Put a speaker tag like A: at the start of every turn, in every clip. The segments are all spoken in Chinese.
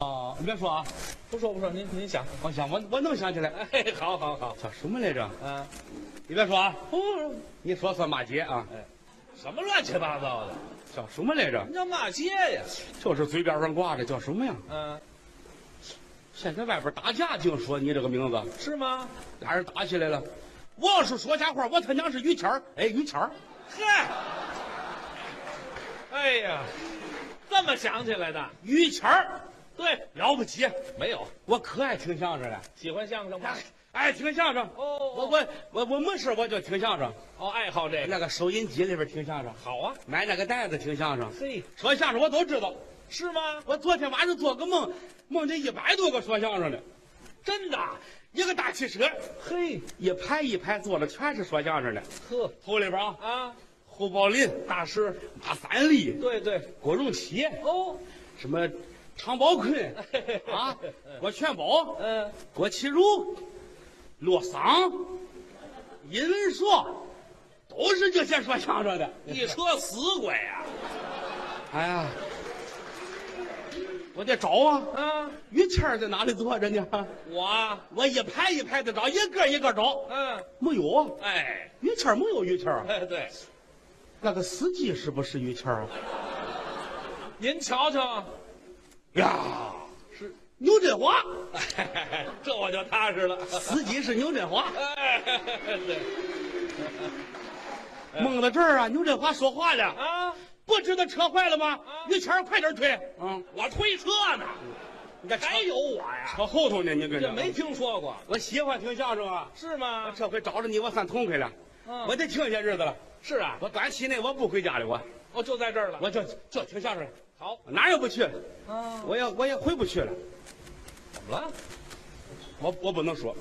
A: 哦，你别说啊，
B: 不说不说，您您想，
A: 我想我我能想起来，
B: 哎，好好好，
A: 叫什么来着？
B: 啊，
A: 你别说啊，
B: 不不不，
A: 你说算骂街啊？
B: 哎什么乱七八糟的，
A: 叫什么来着
B: 什？么叫骂街呀？
A: 就是嘴边上挂着叫什么呀？
B: 嗯，
A: 现在外边打架净说你这个名字，
B: 是吗？
A: 俩人打起来了。我要是说瞎话，我他娘是于谦儿。哎，于谦儿，
B: 嗨，哎呀，这么想起来的，
A: 于谦儿，
B: 对，
A: 了不起！
B: 没有
A: 我可爱听相声了，
B: 喜欢相声吗？
A: 爱听相声。
B: 哦哦
A: 我我我我没事我就听相声，
B: 哦，爱好这个，
A: 那个收音机里边听相声，
B: 好啊，
A: 买那个袋子听相声，
B: 嘿，
A: 说相声我都知道。
B: 是吗？
A: 我昨天晚上做个梦，梦见一百多个说相声的，
B: 真的，
A: 一个大汽车
B: 嘿，
A: 一排一排坐着，全是说相声的。
B: 呵
A: 头里边啊，
B: 啊，
A: 侯宝林、
B: 大师，
A: 马三立、
B: 对对，
A: 郭荣奇，
B: 哦，
A: 什么常宝坤啊，郭全宝、
B: 嗯，
A: 郭启儒、骆桑、尹文硕，都是这些说相声的。
B: 一车死鬼啊，
A: 哎呀，我得找啊，
B: 啊，
A: 于谦儿在哪里坐着呢？
B: 我啊，
A: 我一排一排的找，一个一个找，
B: 嗯，
A: 没有啊。
B: 哎，
A: 于谦儿没有于谦儿啊，
B: 哎对，
A: 那个司机是不是于谦儿啊？
B: 您瞧瞧，
A: 呀，是牛振华，
B: 这我就踏实了。
A: 司机是牛振华。
B: 哎，对
A: 梦到这儿啊，牛振华说话了，
B: 啊，
A: 不知道车坏了吗？
B: 啊
A: 于谦儿快点推，嗯，
B: 我推车呢，
A: 你看
B: 还有我呀？
A: 车后头呢，你跟
B: 这
A: 着
B: 没。听说过，
A: 我喜欢听相声啊，
B: 是吗？
A: 这回找着你我算痛快了，
B: 嗯
A: 我得听些日子了。
B: 是啊，
A: 我短期内我不回家了，我
B: 哦，就在这儿了。
A: 我就就听相声，
B: 好，
A: 我哪儿也不去，
B: 啊，
A: 我也我也回不去了。
B: 怎么 了？
A: 我我不能说，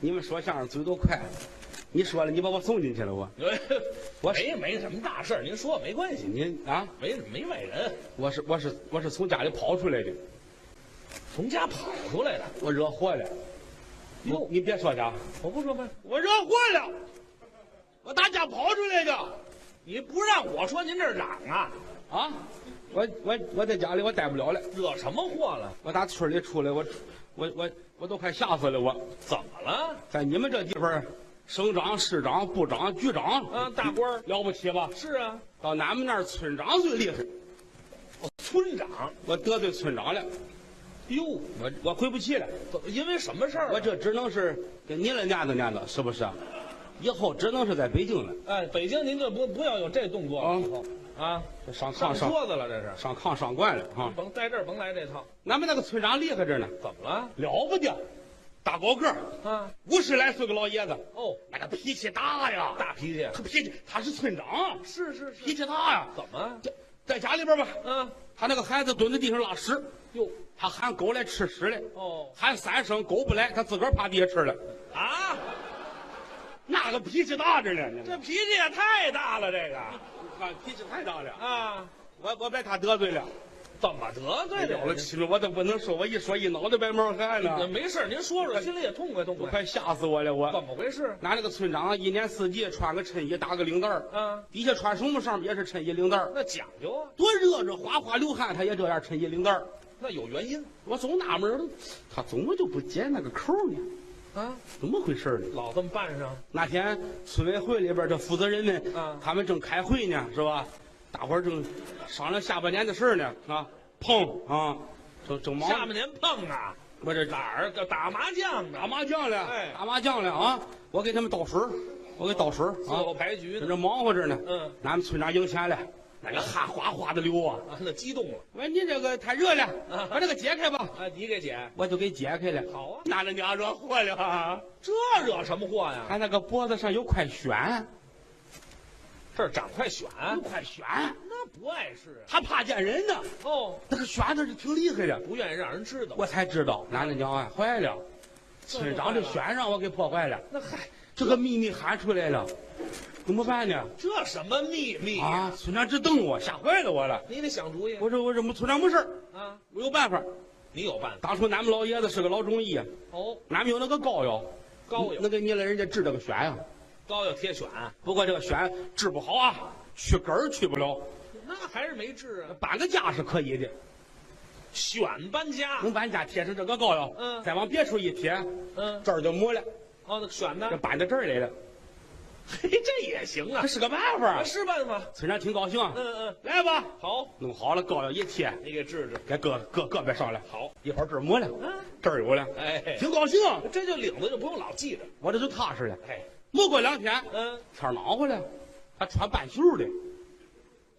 A: 你们说相声嘴都快，你说了你把我送进去了，我我
B: 没没什么大事儿您说没关系，
A: 您啊。
B: 没没外人，
A: 我是我是我是从家里跑出来的，
B: 从家跑出来的。
A: 我惹祸了。你
B: 哟
A: 你别说去啊，
B: 我不说吧，
A: 我惹祸了，我打家跑出来的
B: 你不让我说您这儿嚷啊，
A: 啊！我我我在家里我待不了了，
B: 惹什么祸了？
A: 我打村里出来，我我我我都快吓死了我。
B: 怎么了？
A: 在你们这地方，省长、市长、部长、局长
B: 啊，大官儿
A: 了不起吧？
B: 是啊，
A: 到俺们那儿村长最厉害，
B: 村长
A: 我得罪村长了，
B: 哟，
A: 我我回不去了，
B: 怎么因为什么事儿啊？
A: 我这只能是给你了念叨念叨，是不是啊？以后只能是在北京了。
B: 哎，北京您就不不要有这动作
A: 啊
B: 了啊，
A: 这上炕
B: 上
A: 上
B: 桌子了这是，
A: 上炕上惯了哈。
B: 甭在这儿甭来这套，
A: 咱们那个村长厉害着呢，
B: 怎么了？
A: 了不得，大高个儿，
B: 啊，
A: 五十来岁个老爷子，
B: 哦，
A: 那个脾气大呀，
B: 大脾气，
A: 他脾气他是村长，
B: 是是是
A: 脾，气大呀。
B: 怎么？
A: 在在家里边吧，
B: 啊，
A: 他那个孩子蹲在地上拉屎，
B: 哟，
A: 他喊狗来吃屎来，
B: 哦，
A: 喊三声狗不来，他自个儿趴地下吃了。
B: 啊，
A: 那个脾气大着呢，
B: 这脾气也太大了，这个
A: 啊脾气太大了，
B: 啊，
A: 我我把他得罪了，
B: 怎么得罪
A: 了
B: 了
A: 了
B: 人
A: 气了，我都不能说，我一说一脑袋白毛汗
B: 家？
A: 呢，
B: 没事儿，您说说，心里也痛快痛
A: 都
B: 快。
A: 快吓死我了，我。
B: 怎么回事？
A: 俺那个村长一年四季穿个衬衣，打个领带儿，
B: 啊，
A: 底下穿什么上面也是衬衣领带儿，
B: 那讲究啊，
A: 多热着，哗哗流汗，他也这样衬衣领带儿。
B: 那有原因
A: 我总纳闷儿，他怎么就不解那个扣呢？
B: 啊，
A: 怎么回事呢？
B: 老这么办上
A: 那天村委会里边这负责人们，
B: 啊
A: 他们正开会呢，是吧？大伙儿正商量下半年的事儿呢，啊，碰啊，正正忙
B: 下半年碰啊，
A: 我这
B: 哪儿个打麻将
A: 打
B: 呢？
A: 麻将了，
B: 哎
A: 打麻将了啊！我给他们倒水儿，我给倒水儿
B: 自
A: 啊，
B: 我牌局
A: 在
B: 呢？
A: 这忙活着呢。
B: 嗯，
A: 俺们村长赢钱了，那个汗哗哗的流啊！
B: 啊，那激动了
A: 我说你这个太热了
B: 啊，
A: 把这个解开吧，
B: 啊！你给解
A: 我就给解开了。
B: 好啊，
A: 那着娘惹祸了啊，
B: 这惹什么祸呀？
A: 他那个脖子上有块旋，
B: 这儿长块癣，
A: 有块旋，
B: 那不碍事啊。
A: 他怕见人呢。
B: 哦，
A: 那个旋子是挺厉害的，
B: 不愿意让人知道。
A: 我才知道，俺的娘啊，坏了，村长这旋让我给破坏了，
B: 那嗨，
A: 这个秘密喊出来了，怎么办呢？
B: 这什么秘密哎呀？
A: 啊，村长直瞪我，吓坏了我了。
B: 你得想主意
A: 我说我说，村长没事儿
B: 啊！
A: 我有办法。
B: 你有办法
A: 当初俺们老爷子是个老中医，
B: 哦。
A: 俺们有那个膏药。
B: 膏药
A: 那，给你了，人家治这个癣呀、
B: 膏药贴癣，
A: 不过这个癣治不好啊，去根儿去不了，
B: 那还是没治啊。
A: 搬个家是可以的。
B: 选搬家，
A: 能把你家贴成这个高哟，
B: 嗯
A: 再往别处一贴，
B: 嗯，
A: 这儿就磨了，
B: 哦，那个选呢
A: 这，搬到这儿来了，
B: 嘿，这也行啊
A: 这，是个办法
B: 啊。是办法，
A: 村长挺高兴，啊
B: 嗯嗯，
A: 来吧，
B: 好，
A: 弄好了膏药一贴，
B: 你给治治，
A: 该搁搁搁边上了，
B: 好，
A: 一会儿这儿磨了，
B: 嗯，
A: 这儿有了，
B: 哎，
A: 挺高兴，啊
B: 这就领子就不用老记着，
A: 我这就踏实了。
B: 哎，
A: 没过两天，
B: 嗯，
A: 天儿暖和了，还穿半袖的，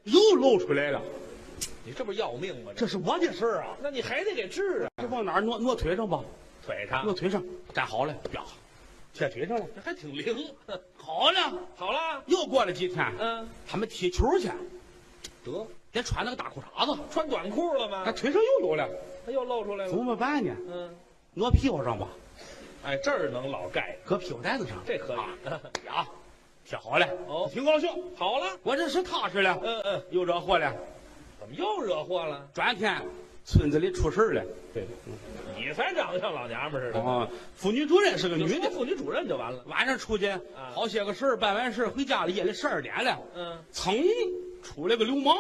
A: 又露出来了，
B: 你这不是要命吗？这，
A: 这是我的事儿啊！
B: 那你还得给治啊，
A: 这往哪儿挪挪腿上吧？
B: 腿上
A: 挪腿上，站好了，啪，贴腿上了。
B: 这还挺灵，啊
A: 好了，
B: 好了，
A: 又过了几天，
B: 嗯，
A: 他们踢球去，
B: 得
A: 连穿那个大裤衩子，
B: 穿短裤了
A: 他
B: 吗？
A: 腿上又有了，
B: 他又露出来
A: 怎
B: 了，
A: 么办呢？
B: 嗯，
A: 挪屁股上吧，
B: 哎，这儿能老盖，
A: 搁屁股蛋子上，
B: 这可
A: 啊
B: 以，
A: 呀，贴好了，
B: 哦
A: 挺高兴，
B: 好了，
A: 我这是踏实了，
B: 嗯嗯，
A: 又惹祸了。
B: 怎么又惹祸了？
A: 转天，村子里出事儿了，
B: 对，你才长得像老娘们儿似的。
A: 哦，妇女主任是个
B: 就
A: 女
B: 说
A: 的，
B: 妇女主任就完了。
A: 晚上出去好些个事儿，办完事儿回家了，夜里十二点了，
B: 嗯，
A: 噌出来个流氓，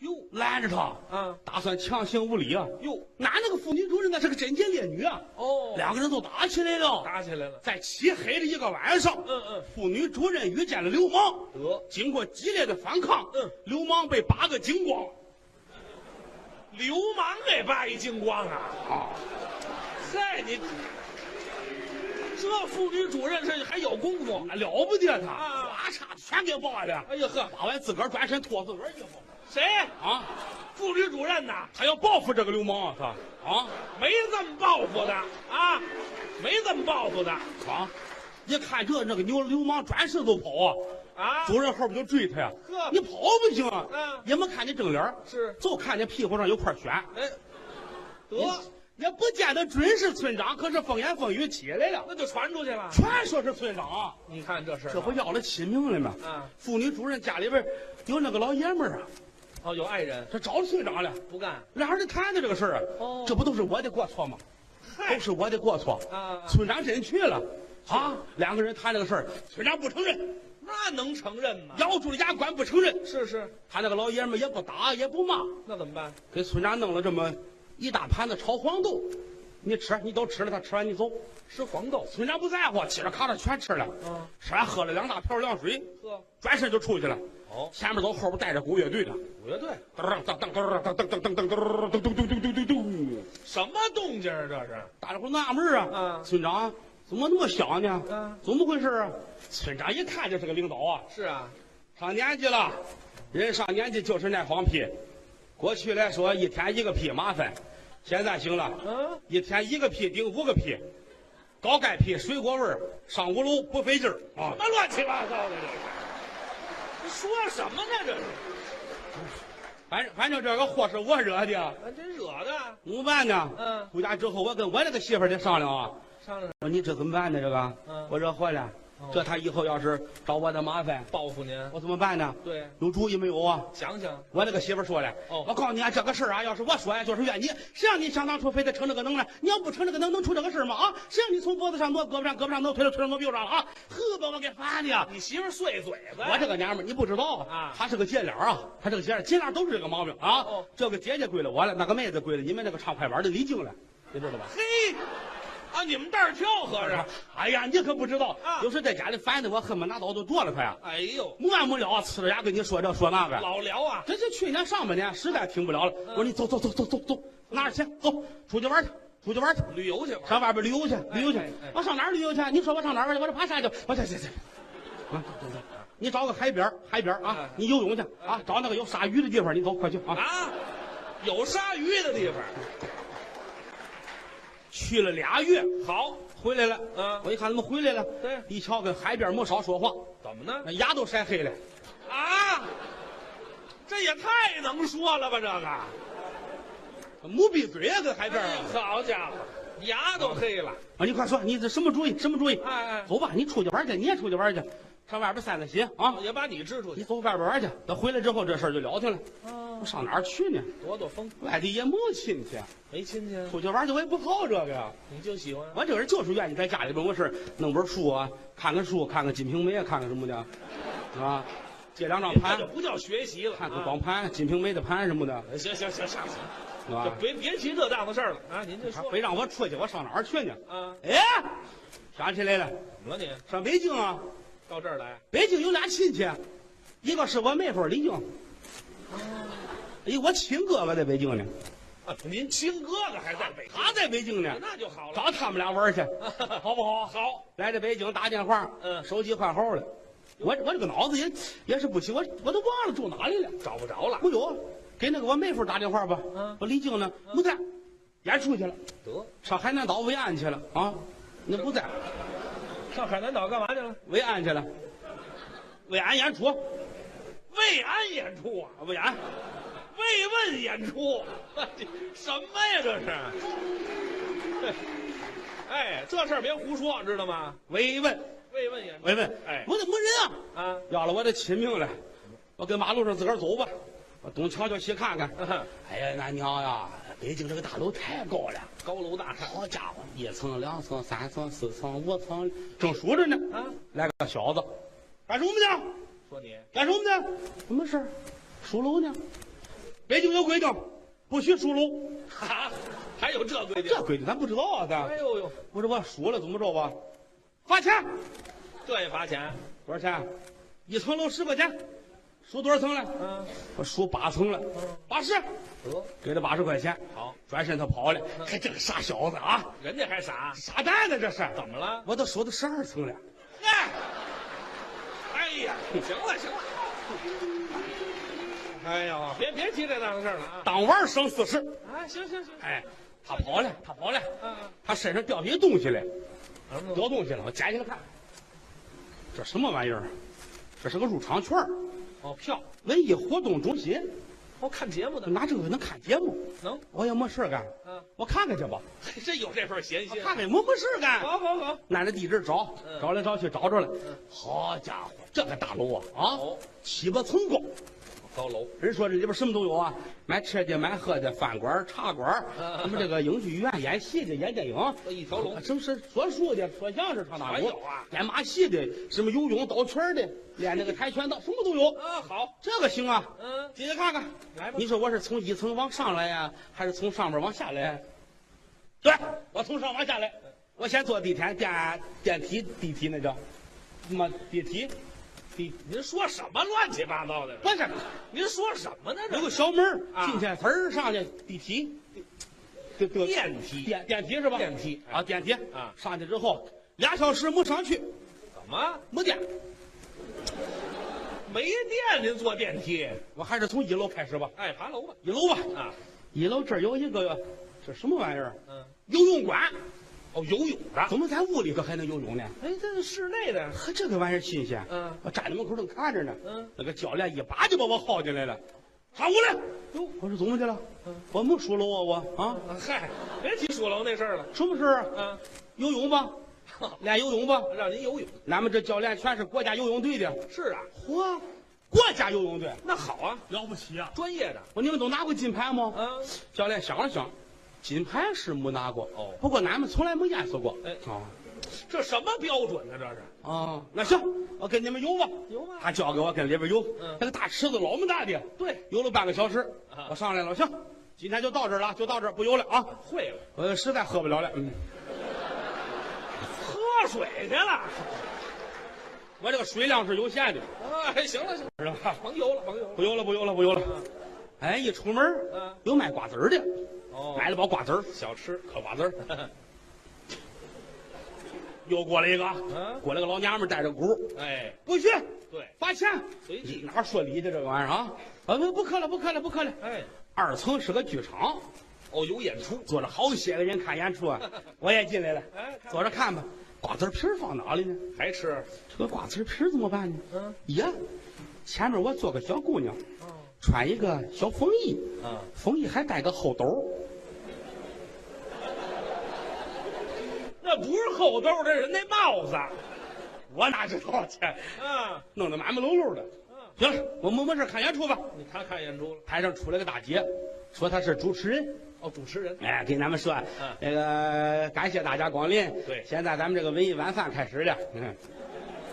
B: 哟，
A: 拦着他，
B: 啊，
A: 打算强行无理啊！
B: 哟，
A: 拿那个妇女主任那是个贞洁烈女啊，
B: 哦，
A: 两个人都打起来了，
B: 打起来了。
A: 在漆黑的一个晚上，
B: 嗯嗯，
A: 妇女主任遇见了流氓，
B: 得，
A: 经过激烈的反抗，
B: 嗯
A: 流氓被扒个精光
B: 流氓给扒一精光啊！
A: 啊！
B: 嗨，你这妇女主任是还有功夫？
A: 那了不得他，
B: 啊
A: 咵嚓全给扒了，
B: 哎呀呵，
A: 扒完自个儿转身脱自个儿衣服
B: 谁？
A: 啊！
B: 妇女主任呐？
A: 他要报复这个流氓啊，他啊！
B: 没这么报复的啊，没这么报复的
A: 啊！一看这那个牛流氓转身就跑啊，
B: 啊！
A: 主任后边就追他呀。
B: 呵
A: 你跑不行啊！
B: 嗯
A: 也没看见正脸儿
B: 是，
A: 就看见屁股上有块血。
B: 哎，得，
A: 也不见得准是村长，可是风言风语起来了，
B: 那就传出去了。
A: 全说是村长，
B: 你看这事儿
A: 这不要了亲命了吗？
B: 啊，
A: 妇女主任家里边有那个老爷们儿啊，
B: 哦，有爱人
A: 这找了村长了，
B: 不干，
A: 俩人就谈谈这个事儿啊。
B: 哦
A: 这不都是我的过错吗？
B: 嗨
A: 都是我的过错。
B: 啊，
A: 村长真去了，啊，两个人谈这个事儿，村长不承认，
B: 那能承认吗？
A: 咬住了牙关不承认。
B: 是是，
A: 他那个老爷们儿也不打也不骂，
B: 那怎么办？
A: 给村长弄了这么一大盘子炒黄豆，你吃，你都吃了，他吃完你走。
B: 吃黄豆，
A: 村长不在乎，嘁哩咔嚓全吃了，
B: 嗯，
A: 吃完喝了两大瓢凉水，
B: 喝。
A: 转身就出去了。
B: 哦，
A: 前面走，后边带着鼓乐队的，
B: 五乐队
A: 噔噔噔噔噔噔噔噔噔噔噔噔噔噔噔噔。
B: 什么动静啊？这是？
A: 大家伙纳闷啊，村长怎么那么响呢？
B: 嗯，
A: 怎么回事啊？村长一看就是个领导啊，
B: 是啊，
A: 上年纪了，人上年纪就是那放屁。过去来说一天一个屁麻烦，现在行了，
B: 嗯，
A: 一天一个屁顶五个屁，高钙屁、水果味儿，上五楼不费劲儿啊
B: 什！么乱七八糟的这是？这说什么呢？这是？
A: 反正反正这个祸是我惹的，啊
B: 咱真惹的。
A: 怎么办呢？
B: 嗯，
A: 回家之后，我跟我这个媳妇儿得商量啊。
B: 商量
A: 说你这怎么办呢？这个，
B: 嗯
A: 我惹祸了，
B: 哦
A: 这他以后要是找我的麻烦，
B: 报复您。
A: 我怎么办呢？
B: 对，
A: 有主意没有啊？
B: 想想
A: 我那个媳妇儿说了，
B: 哦
A: 我告诉你啊，这个事儿啊，要是我说呀，就是怨你。谁让你想当初非得逞这个能呢？你要不逞这个能，能出这个事儿吗？啊，谁让你从脖子上挪，胳膊上胳膊上挪，腿上腿上挪，屁股上了啊？呵，把我给烦的啊呀！
B: 你媳妇儿碎嘴子，
A: 我这个娘们儿，你不知道
B: 啊
A: 她是个结脸儿啊，她这个结脸儿，结脸儿都是这个毛病啊。
B: 哦
A: 这个姐姐归了我了，那个妹子归了你们那个唱快板的李静了，你知道吧？
B: 嘿，啊，你们这儿跳合着？
A: 哎呀，你可不知道，
B: 啊
A: 有时在家里烦的我，恨不得拿刀就剁了她呀，
B: 哎呦，
A: 没完没了，啊呲着牙跟你说这说那个。
B: 老嗯聊啊，
A: 这是去年上半年实在停不了了，我说你走走走走走走，拿着钱走出去玩去，出去玩去，
B: 旅游去玩。
A: 上外边旅游去，旅游去
B: 哎哎。
A: 我上哪儿旅游去？你说我上哪儿玩去？我这爬山去，我去去去。啊，走走走你找个海边儿海边儿
B: 哎
A: 啊
B: 哎，
A: 你游泳去啊，找那个有鲨鱼的地方，你走，快去啊！
B: 啊，有鲨鱼的地方。
A: 去了俩月，
B: 好，
A: 回来了。呃
B: 嗯，
A: 我一看他们回来了，
B: 对
A: 一瞧跟海边没少说话，
B: 怎么呢？
A: 那牙都晒黑了。
B: 啊，这也太能说了吧，这个。哎
A: 没闭嘴啊，跟海边儿啊！
B: 好家伙，牙都黑了。
A: 啊，你快说，你这什么主意？什么主意？
B: 哎哎，
A: 走吧，你出去玩去，你也出去玩去，上外边散散心啊！
B: 也把你支出
A: 你
B: 去。
A: 走外边玩去，等回来之后这事儿就了去了。我
B: 嗯，
A: 上哪儿去呢？
B: 躲躲风，
A: 外地也没亲戚，啊
B: 没亲戚，啊
A: 出去玩去我也不好这个呀。
B: 你就喜欢
A: 我这个人就是愿意在家里边没事儿弄本书啊，看看书，看看《金瓶梅》啊，看看什么的，啊，借两张
B: 您这
A: 盘
B: 就，不叫学习了，
A: 看看
B: 啊
A: 广潘、《锦屏梅》的潘什么的，
B: 行行行行行，
A: 是
B: 就
A: 吧？
B: 别别提这档子事儿了啊啊！您就
A: 还
B: 说
A: 非让我出去，我上哪儿去呢？
B: 啊，
A: 哎，想起来了，
B: 怎么了你？
A: 上北京啊，
B: 到这儿来，
A: 北京有俩亲戚，一个是我妹夫李英，哎，我亲哥哥在北京呢，
B: 啊，您亲哥哥还在北京，
A: 他在北京呢，
B: 那就好了，
A: 找他们俩玩去。
B: 好不哎好？好，
A: 来这北京打电话，
B: 嗯
A: 手机换后了。我我这个脑子也也是不行，我我都忘了住哪里了。
B: 找不着了，
A: 哎呦，给那个我妹夫打电话吧。
B: 嗯
A: 我李静呢？不在，演出去了，
B: 得
A: 上海南岛慰安去了啊。那不在，
B: 上海南岛干嘛去了？
A: 慰安去了，慰安演出，
B: 慰安演出啊，
A: 慰安。
B: 慰问演出， 这什么呀？这是， 哎，这事儿别胡说，知道吗？
A: 慰问，
B: 慰问演出
A: 慰问，
B: 哎
A: 我怎么人啊？
B: 啊，
A: 要了我的亲命了，我跟马路上自个儿走吧，我东瞧瞧西看看。哎呀，俺娘呀，北京这个大楼太高了，
B: 高楼大厦
A: 好家伙，一层、两层、三层、四层、五层，正数着呢，
B: 啊，
A: 来个小子，干什么呢？
B: 说你
A: 干什么呢？什么事儿？数楼呢？北京有规定，不许数楼。
B: 哈，还有这规定
A: 这？规定咱不知道啊，咱
B: 哎呦呦，
A: 不是我数了怎么着吧？罚钱
B: 这也罚钱？
A: 多少钱？一层楼十块钱，数多少层了？
B: 嗯，
A: 我数八层了，八十，
B: 得
A: 给他八十块钱。
B: 好，
A: 转身他跑了，看这个傻小子啊，
B: 人家还傻，
A: 傻蛋呢这是！
B: 怎么了？
A: 我都数到十二层了，
B: 哎，哎呀，行了行了，哎呀，别别提这档子事儿了啊！
A: 当晚省四十。
B: 啊，行行行，
A: 哎，他跑了，他跑了，
B: 啊，
A: 他身上掉起东西来，
B: 啊
A: 掉东西了，我捡起来看，这什么玩意儿？啊这是个入场券儿，
B: 哦票，
A: 文艺活动中心，
B: 哦看节目的
A: 拿这个能看节目。
B: 能，
A: 我也没事儿干，
B: 嗯，
A: 我看看去吧，
B: 真有这份闲
A: 我
B: 心。
A: 看看有没有没事儿干。
B: 好好好，
A: 按着地址找，
B: 嗯
A: 找来找去找着了
B: 嗯。
A: 好家伙，这个大楼啊啊
B: 哦，
A: 七八层高。
B: 高楼，
A: 人说这里边什么都有啊，买吃的、买喝的、饭馆、茶馆，
B: 嗯
A: 什么这个影剧院演戏的、演电影，
B: 一条龙
A: 什么啊是说书的、说相声、唱大
B: 全
A: 鼓
B: 有啊，
A: 演马戏的，什么游泳、倒圈儿的，练那个跆拳道，什么都有。
B: 啊，好，
A: 这个行啊，
B: 嗯，
A: 进去看看。
B: 来吧
A: 你说我是从一层往上来呀、还是从上面往下来？对，我从上往下来，我先坐地铁、电电梯、地梯那叫，什么地梯？地
B: 您说什么乱七八糟的？
A: 不是。
B: 您说什么呢？
A: 有
B: 这
A: 个小门儿
B: 啊
A: 进去，呲儿上去地梯，这这
B: 电梯
A: 电电梯是吧？
B: 电梯
A: 啊，电梯
B: 啊
A: 上去之后俩小时没上去，
B: 怎么
A: 没电，
B: 没电？您坐电梯？
A: 我还是从一楼开始吧，
B: 哎，爬楼吧。
A: 一楼吧，
B: 啊，
A: 一楼这儿有一个这什么玩意儿？
B: 嗯，
A: 游泳馆，啊
B: 哦，游泳的。
A: 怎么在屋里头还能游泳呢？
B: 哎，这是室内的。
A: 呵，这个玩意儿新鲜，
B: 嗯
A: 我站在门口正看着呢，
B: 嗯，
A: 那个教练一把就把我薅进来了，上屋来，
B: 哟，
A: 我说怎么去了
B: 嗯？
A: 我没数楼啊，我啊，
B: 啊嗨，别提数楼那事儿了。
A: 什么事儿啊？
B: 嗯，
A: 游泳吧，练游泳吧。
B: 让您游泳。
A: 咱们这教练全是国家游泳队的，
B: 是啊，
A: 嚯，国家游泳队
B: 那好啊，
A: 了不起啊！
B: 专业的。
A: 我你们都拿过金牌吗？
B: 嗯，
A: 教练想了想，金牌是没拿过，
B: 哦
A: 不过俺们从来没淹死过。
B: 哎
A: 啊
B: 这什么标准呢？这是
A: 啊，那行，我跟你们游吧。
B: 游吧
A: 他教给我跟里边游，
B: 嗯
A: 那个大池子老么大的，
B: 对，
A: 游了半个小时
B: 啊，
A: 我上来了，行，今天就到这儿了，就到这儿，不游了啊，
B: 会了，
A: 我实在喝不了了，嗯，
B: 喝水去了。
A: 我这个水量是有限的，
B: 哎，行了行了，
A: 知道吧？
B: 甭游了甭游了。
A: 不游了，不游了，不游了。哎，一出门儿
B: 嗯
A: 有卖瓜子儿的，
B: 哦
A: 买了包瓜子儿，
B: 小吃。嗯
A: 嗑瓜子儿。又过来一个，
B: 嗯
A: 过来个老娘们儿带着鼓，
B: 哎，
A: 不许
B: 对，
A: 罚钱，
B: 随地。
A: 哪说理去这个玩意儿啊？啊不不嗑了不嗑了不嗑了。
B: 哎，
A: 二层是个剧场，
B: 哦，有演出。
A: 坐着好些个人看演出啊，我也进来了，
B: 哎，看
A: 坐着看吧。瓜子皮儿放哪里呢？
B: 还吃？
A: 这个瓜子皮儿怎么办呢？
B: 嗯，
A: 呀，前面我坐个小姑娘，
B: 哦，
A: 穿一个小风衣，
B: 啊，
A: 风衣还带个后兜儿。
B: 那不是后兜，这是那帽子。
A: 我哪知道去，
B: 啊，
A: 弄得满满喽喽的。
B: 嗯，
A: 行了，我们没事看演出吧。
B: 你他看演出了？
A: 台上出来个大姐，说她是主持人，
B: 哦，主持人。
A: 哎，给咱们说，
B: 嗯
A: 那个感谢大家光临。
B: 对
A: 现在咱们这个文艺晚饭开始了。嗯，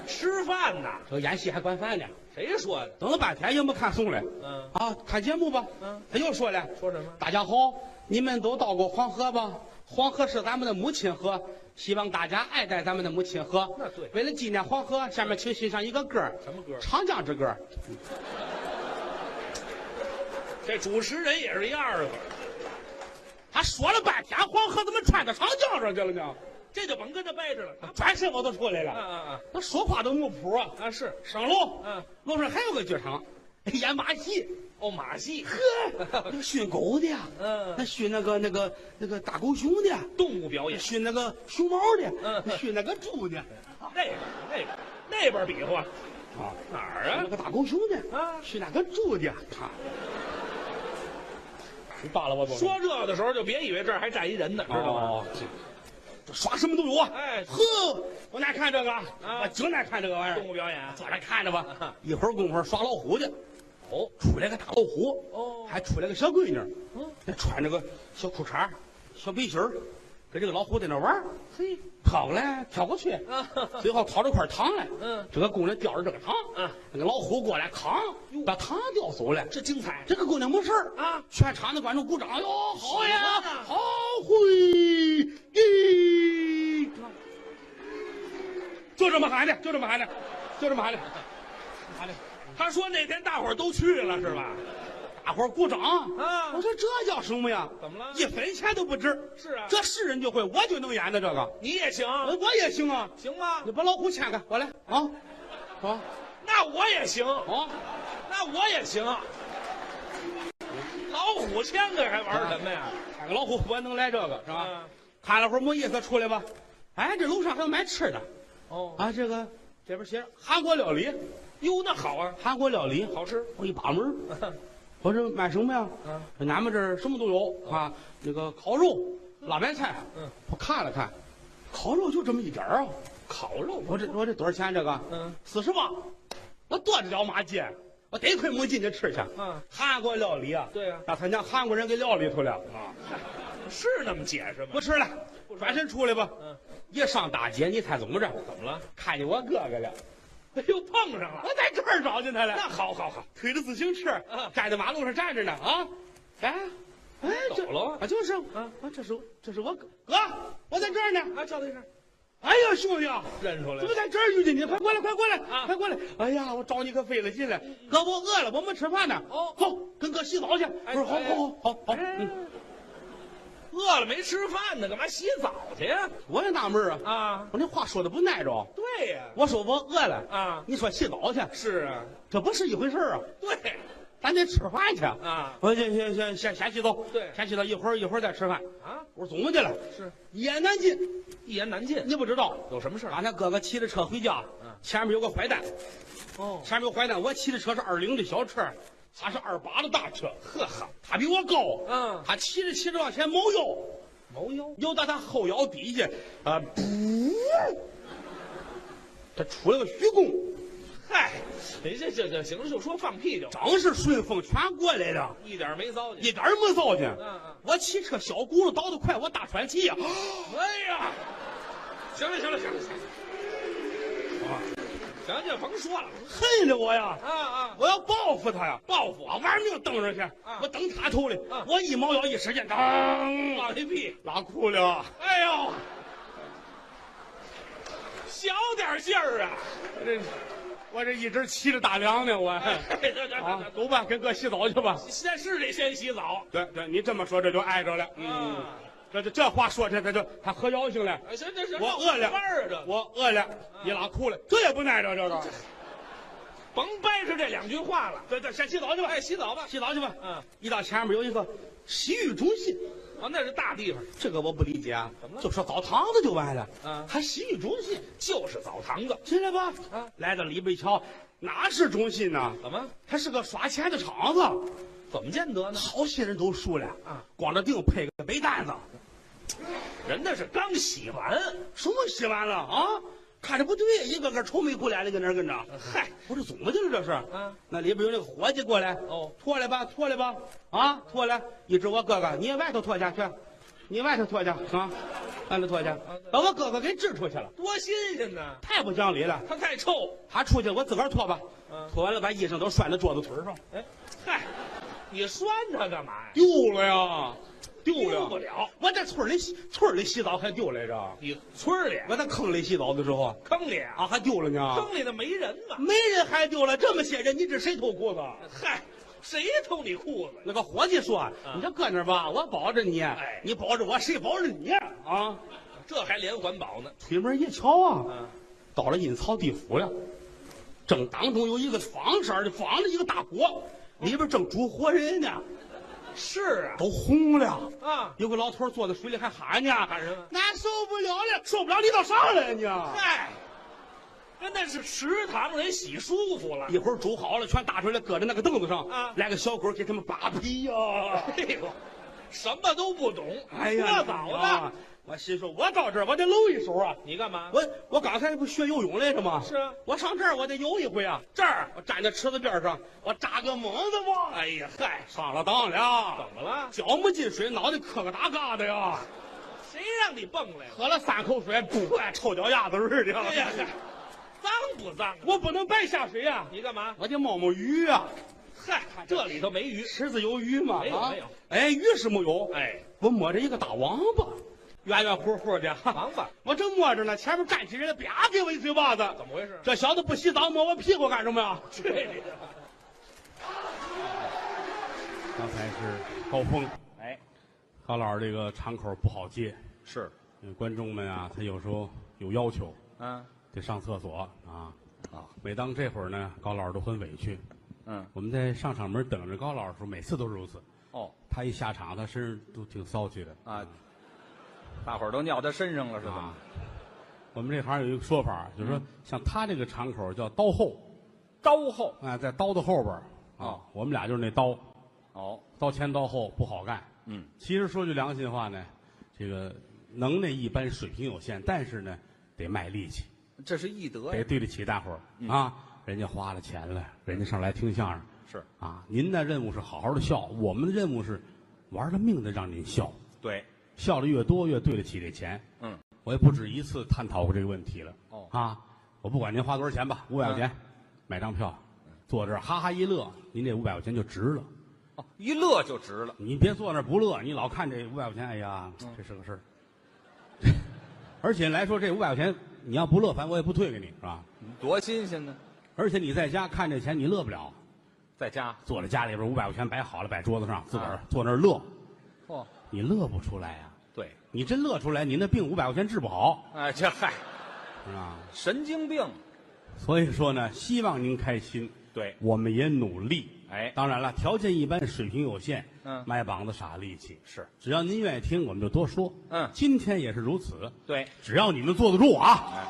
B: 吃饭呢？
A: 这演戏还管饭呢。
B: 谁说的？
A: 等了半天也没看送来。
B: 嗯，
A: 啊，看节目吧。
B: 嗯，
A: 他又说了，
B: 说什么？
A: 大家好，你们都到过黄河吧？黄河是咱们的母亲河，希望大家爱戴咱们的母亲河。
B: 那对
A: 为了纪念黄河，下面请欣赏一个歌儿
B: 什么歌
A: 《长江之歌》。
B: 这主持人也是一二个，
A: 他说了半天黄河怎么串到长江上去了呢？
B: 这就甭跟他掰扯了。
A: 转身我都出来
B: 啊
A: 了，
B: 啊啊！
A: 那说话都没谱啊！
B: 啊是，
A: 上楼，
B: 嗯，
A: 楼上还有个剧场，哎演马戏，
B: 哦马戏，
A: 呵，有训狗的呀，
B: 嗯
A: 那训那个那个那个大狗熊的呀，
B: 动物表演，
A: 训那个熊猫的，
B: 嗯
A: 训那个猪的，
B: 那边那边那边比划
A: 啊，
B: 哪儿
A: 那
B: 啊？
A: 个大狗熊的，
B: 啊
A: 训那个猪的，啊，你罢了我走说
B: 说这的时候就别以为这儿还站一人呢，知
A: 知道
B: 道吗？
A: 吗？这耍什么都有啊！
B: 哎
A: 呵，我哪看这个？啊我净爱看这个玩意儿
B: 动。物表演，
A: 坐那看着吧
B: 哦啊，
A: 一会儿功夫耍老虎去，
B: 哦
A: 出来个大老虎，
B: 哦
A: 还出来个小闺女，
B: 嗯，
A: 那穿着个小裤衩儿、小背心儿，跟这个老虎在那玩儿，
B: 嘿，
A: 跑过来跳过去，
B: 啊哈哈
A: 最后掏出块糖来，
B: 嗯，
A: 这个姑娘叼着这个糖，
B: 嗯，
A: 那个老虎过来扛，把糖叼走了，
B: 这精彩
A: 这个姑娘没事儿
B: 啊
A: 全场的观众鼓掌哟，好呀
B: 喜欢啊，
A: 好会咦，就这么喊的，就这么喊的，就这么喊的，喊的，
B: 他说那天大伙儿都去了是吧？
A: 大伙儿鼓掌
B: 啊
A: 我说这叫什么呀？
B: 怎么了
A: 一分钱都不值。
B: 是啊
A: 这是人就会，我就能演的这个，
B: 你也行，
A: 我我也行啊。
B: 行吗
A: 你？把老虎牵开，我来啊，啊
B: 那我也行，
A: 啊！
B: 那我也行。老虎牵个还玩什么呀？
A: 牵个老虎，我能来这个是吧
B: 啊？
A: 看了会儿没意思，出来吧。哎，这楼上还有卖吃的。
B: 哦，
A: 啊，这个这边写着韩国料理，
B: 哟，那好啊，
A: 韩国料理，
B: 好吃。
A: 我一把门儿，我说买什么呀？
B: 嗯，
A: 俺们这儿什么都有啊，那个烤肉、辣白菜。
B: 嗯，
A: 我看了看，烤肉就这么一点儿啊。
B: 烤肉，
A: 我这我这多少钱？这个
B: 嗯
A: 四十八，我跺着脚骂街，我得亏没进去吃去。
B: 嗯，
A: 韩国料理啊，
B: 对啊
A: 把他娘韩国人给撂里头了啊！
B: 是那么解释吗
A: 不？吃了，转身出来吧。
B: 嗯，
A: 一上大街，你猜怎么着？
B: 怎么了？
A: 看见我哥哥了，
B: 哎呦，碰上了。
A: 我在这儿找见他了。
B: 那好好好，
A: 推着自行车
B: 嗯，
A: 站在马路上站着呢啊！哎，哎，这
B: 走了
A: 啊，就是啊
B: 嗯，
A: 这是这是我哥，哥，我在这儿呢。
B: 啊，叫他一声，
A: 哎呀，兄弟啊，
B: 认出来
A: 怎么
B: 了。
A: 在这儿遇见你？快过来，快过来，
B: 啊
A: 快过来！哎呀，我找你可费了劲了，哥，我饿了，我没吃饭呢。
B: 哦
A: 走，跟哥洗澡去。我
B: 哎
A: 说好
B: 哎
A: 好好好好，嗯，
B: 嗯，饿了没吃饭呢，干嘛洗澡去呀？
A: 我也纳闷儿啊，
B: 啊，
A: 我这话说的不耐着。
B: 对呀，
A: 我说我饿了，
B: 啊，
A: 你说洗澡去，
B: 是啊，
A: 这不是一回事儿啊，
B: 对
A: 咱得吃饭去。
B: 啊
A: 我先先先先先洗澡，
B: 对
A: 先洗澡，一会儿一会儿再吃饭。
B: 啊，
A: 我说怎么去了？
B: 是
A: 一言难尽，
B: 一言难尽。
A: 你不知道。
B: 有什么事儿
A: 俺？他哥哥骑着车回家，
B: 嗯
A: 前面有个坏蛋，
B: 哦，
A: 前面有坏蛋。我骑的车是二零的小车，他是二八的大车，
B: 呵好，
A: 他比我高，
B: 嗯
A: 他骑着骑着往前猫腰，
B: 猫腰，
A: 腰到他后腰底下，啊，噗，他出了个虚功，
B: 嗨，你这这这行了，就说放屁就好，
A: 长是顺风全过来了，
B: 一点没糟践。
A: 一点儿没糟践。
B: 嗯嗯，
A: 我骑车小轱辘倒得快，我大喘气呀、
B: 哎呀，行了行了行了行了，行了就甭说了
A: 恨得我呀！
B: 啊啊！
A: 我要报复他呀！报复啊！玩命蹬上去，我蹬他头里，
B: 啊
A: 我一猫腰一使劲，当，啊
B: 放一屁！
A: 拉裤了。
B: 哎呦，小点劲儿啊！
A: 这我这一直骑着大梁呢，我
B: 哎，啊这这
A: 啊
B: 这，
A: 走吧，跟哥洗澡去吧。
B: 现在是得先洗澡
A: 对对，你这么说这就挨着了。嗯，
B: 啊！
A: 这这这话说这这这他合腰性了。
B: 哎，行这行，
A: 我饿了
B: 班儿啊，这
A: 我饿了，你拉裤了，这也不耐着这个。
B: 甭掰扯这两句话了。
A: 对对，先洗澡去吧，
B: 哎，洗澡吧。
A: 洗澡去吧。
B: 嗯，
A: 一到前面有一个洗浴中心，
B: 啊，那是大地方，
A: 这个我不理解啊，
B: 怎么了
A: 就说澡堂子就完了，
B: 嗯
A: 还洗浴中心，
B: 就是澡堂子。
A: 进来吧。
B: 啊
A: 来到里边一瞧，哪是中心呢？
B: 怎么？
A: 它是个耍钱的场子，
B: 怎么见得呢？
A: 好些人都熟了
B: 啊，
A: 光着腚配个背单子，
B: 人那是刚洗完，
A: 什么洗完了啊？看着不对，一个个愁眉苦脸的跟那儿跟着。
B: 嗨，
A: 我说怎么的了这是？
B: 啊，
A: 那里边有那个伙计过来，
B: 哦，
A: 脱来吧，脱来吧，啊，脱来！一指我哥哥，你也外头脱下去。你外头脱去啊，外头脱去，
B: 啊
A: 把我哥哥给支出去了，
B: 多新鲜呐！
A: 太不讲理了。
B: 它太臭。
A: 他出去，我自个儿脱吧
B: 嗯。
A: 脱完了，把衣裳都拴在桌子腿儿上，
B: 哎，嗨，你拴它干嘛呀？
A: 丢了呀，丢
B: 丢
A: 了。
B: 不了。
A: 哎我在村儿里洗村儿里洗澡还丢来着，
B: 你村儿里啊
A: 我在坑里洗澡的时候
B: 坑里啊，
A: 啊，还丢了呢。
B: 坑里的没人嘛。
A: 没人还丢了，这么些人，你指谁偷裤子？
B: 嗨，谁偷你裤子？
A: 那个伙计说：“
B: 啊
A: 你就搁那儿吧，我保着你，
B: 哎
A: 你保着我，谁保着你啊
B: 这还连环保呢？”
A: 推门一瞧啊，
B: 啊，
A: 到了阴曹地府了，正当中有一个房色儿的房子，一个大火，里边正煮活人呢，
B: 是啊，
A: 都红了。
B: 啊，
A: 有个老头儿坐在水里还喊呢，
B: 喊什么？
A: 俺受不了了，受不了你倒上来呢。
B: 嗨，那那是池塘，人洗舒服了。
A: 一会儿煮好了，全打出来，搁在那个凳子上
B: 啊
A: 来个小狗给他们扒皮呀、
B: 哎呦，什么都不懂，
A: 哎呀，
B: 过早
A: 啊
B: 了。！
A: 我心说，我到这儿我得露一手啊！
B: 你干嘛？
A: 我我刚才不学游泳来着吗？
B: 是啊
A: 我上这儿我得游一回啊！
B: 这儿。
A: 我站在池子边上，我扎个猛子吧！
B: 哎呀，嗨，
A: 上了当了
B: 怎，么了？
A: 脚没进水，脑袋磕个大疙瘩呀！
B: 谁让你蹦来了？
A: 喝了三口水，噗，臭脚丫子似的。
B: 哎呀，嗨，脏不脏啊？
A: 我不能白下水啊！
B: 你干嘛？
A: 我得摸摸鱼啊！
B: 嗨，这里头没鱼。
A: 池子有鱼吗？
B: 没有
A: 啊
B: 没有。
A: 哎，鱼是没有。
B: 哎，
A: 我摸着一个大王八，圆圆乎乎的。哈哈
B: 王八
A: 我正摸着呢，前面站起人来，啪给我一嘴巴子。
B: 怎么回事？
A: 这小子不洗澡摸我屁股干什么呀？
B: 这里头
A: 刚才是高峰，
B: 哎，
A: 高老师这个场口不好接，
B: 是，
A: 因为观众们啊，他有时候有要求，
B: 嗯，
A: 得上厕所啊。
B: 好，
A: 每当这会儿呢，高老师都很委屈。
B: 嗯，
A: 我们在上场门等着高老师的时候，每次都如此。
C: 哦
A: 他一下场，他身上都挺骚气的
C: 啊，大伙儿都尿他身上了是吧？
A: 嗯啊。我们这行有一个说法，就是说像他这个场口叫刀后，
C: 刀后
A: 啊，在刀的后边儿
C: 哦，
A: 我们俩就是那刀，
C: 哦，
A: 刀前刀后不好干。
C: 嗯，
A: 其实说句良心话呢，这个能耐一般，水平有限，但是呢，得卖力气，
C: 这是义德
A: 得
C: 呀，
A: 对得起大伙儿、啊。人家花了钱了，人家上来听相声
C: 是
A: 啊。您的任务是好好的笑，我们的任务是玩了命的让您笑，
C: 对，
A: 笑的越多越对得起这钱。
C: 嗯，
A: 我也不止一次探讨过这个问题了。
C: 哦嗯
A: 啊，我不管您花多少钱吧，五百块钱、买张票，坐这儿哈哈一乐，您这五百块钱就值了。
C: 哦，一乐就值了，
A: 你别坐那儿不乐，你老看这五百块钱，哎呀，
C: 嗯
A: 这是个事儿。 而且来说，这五百块钱你要不乐，反正我也不退给你，是吧？
C: 多新鲜呢！
A: 而且你在家看这钱，你乐不了。
C: 在家，
A: 坐在家里边，五百块钱摆好了，摆桌子上，自个儿
C: 啊
A: 坐那儿乐，
C: 哦，
A: 你乐不出来呀、
C: 对，
A: 你真乐出来，你那病五百块钱治不好，
C: 哎，这嗨，
A: 是啊吧？
C: 神经病，
A: 所以说呢，希望您开心，
C: 对，
A: 我们也努力。
C: 哎，
A: 当然了，条件一般，水平有限，
C: 嗯
A: 卖膀子傻力气。
C: 是，
A: 只要您愿意听，我们就多说。
C: 嗯
A: 今天也是如此。
C: 对，
A: 只要你们坐得住啊，
C: 哎，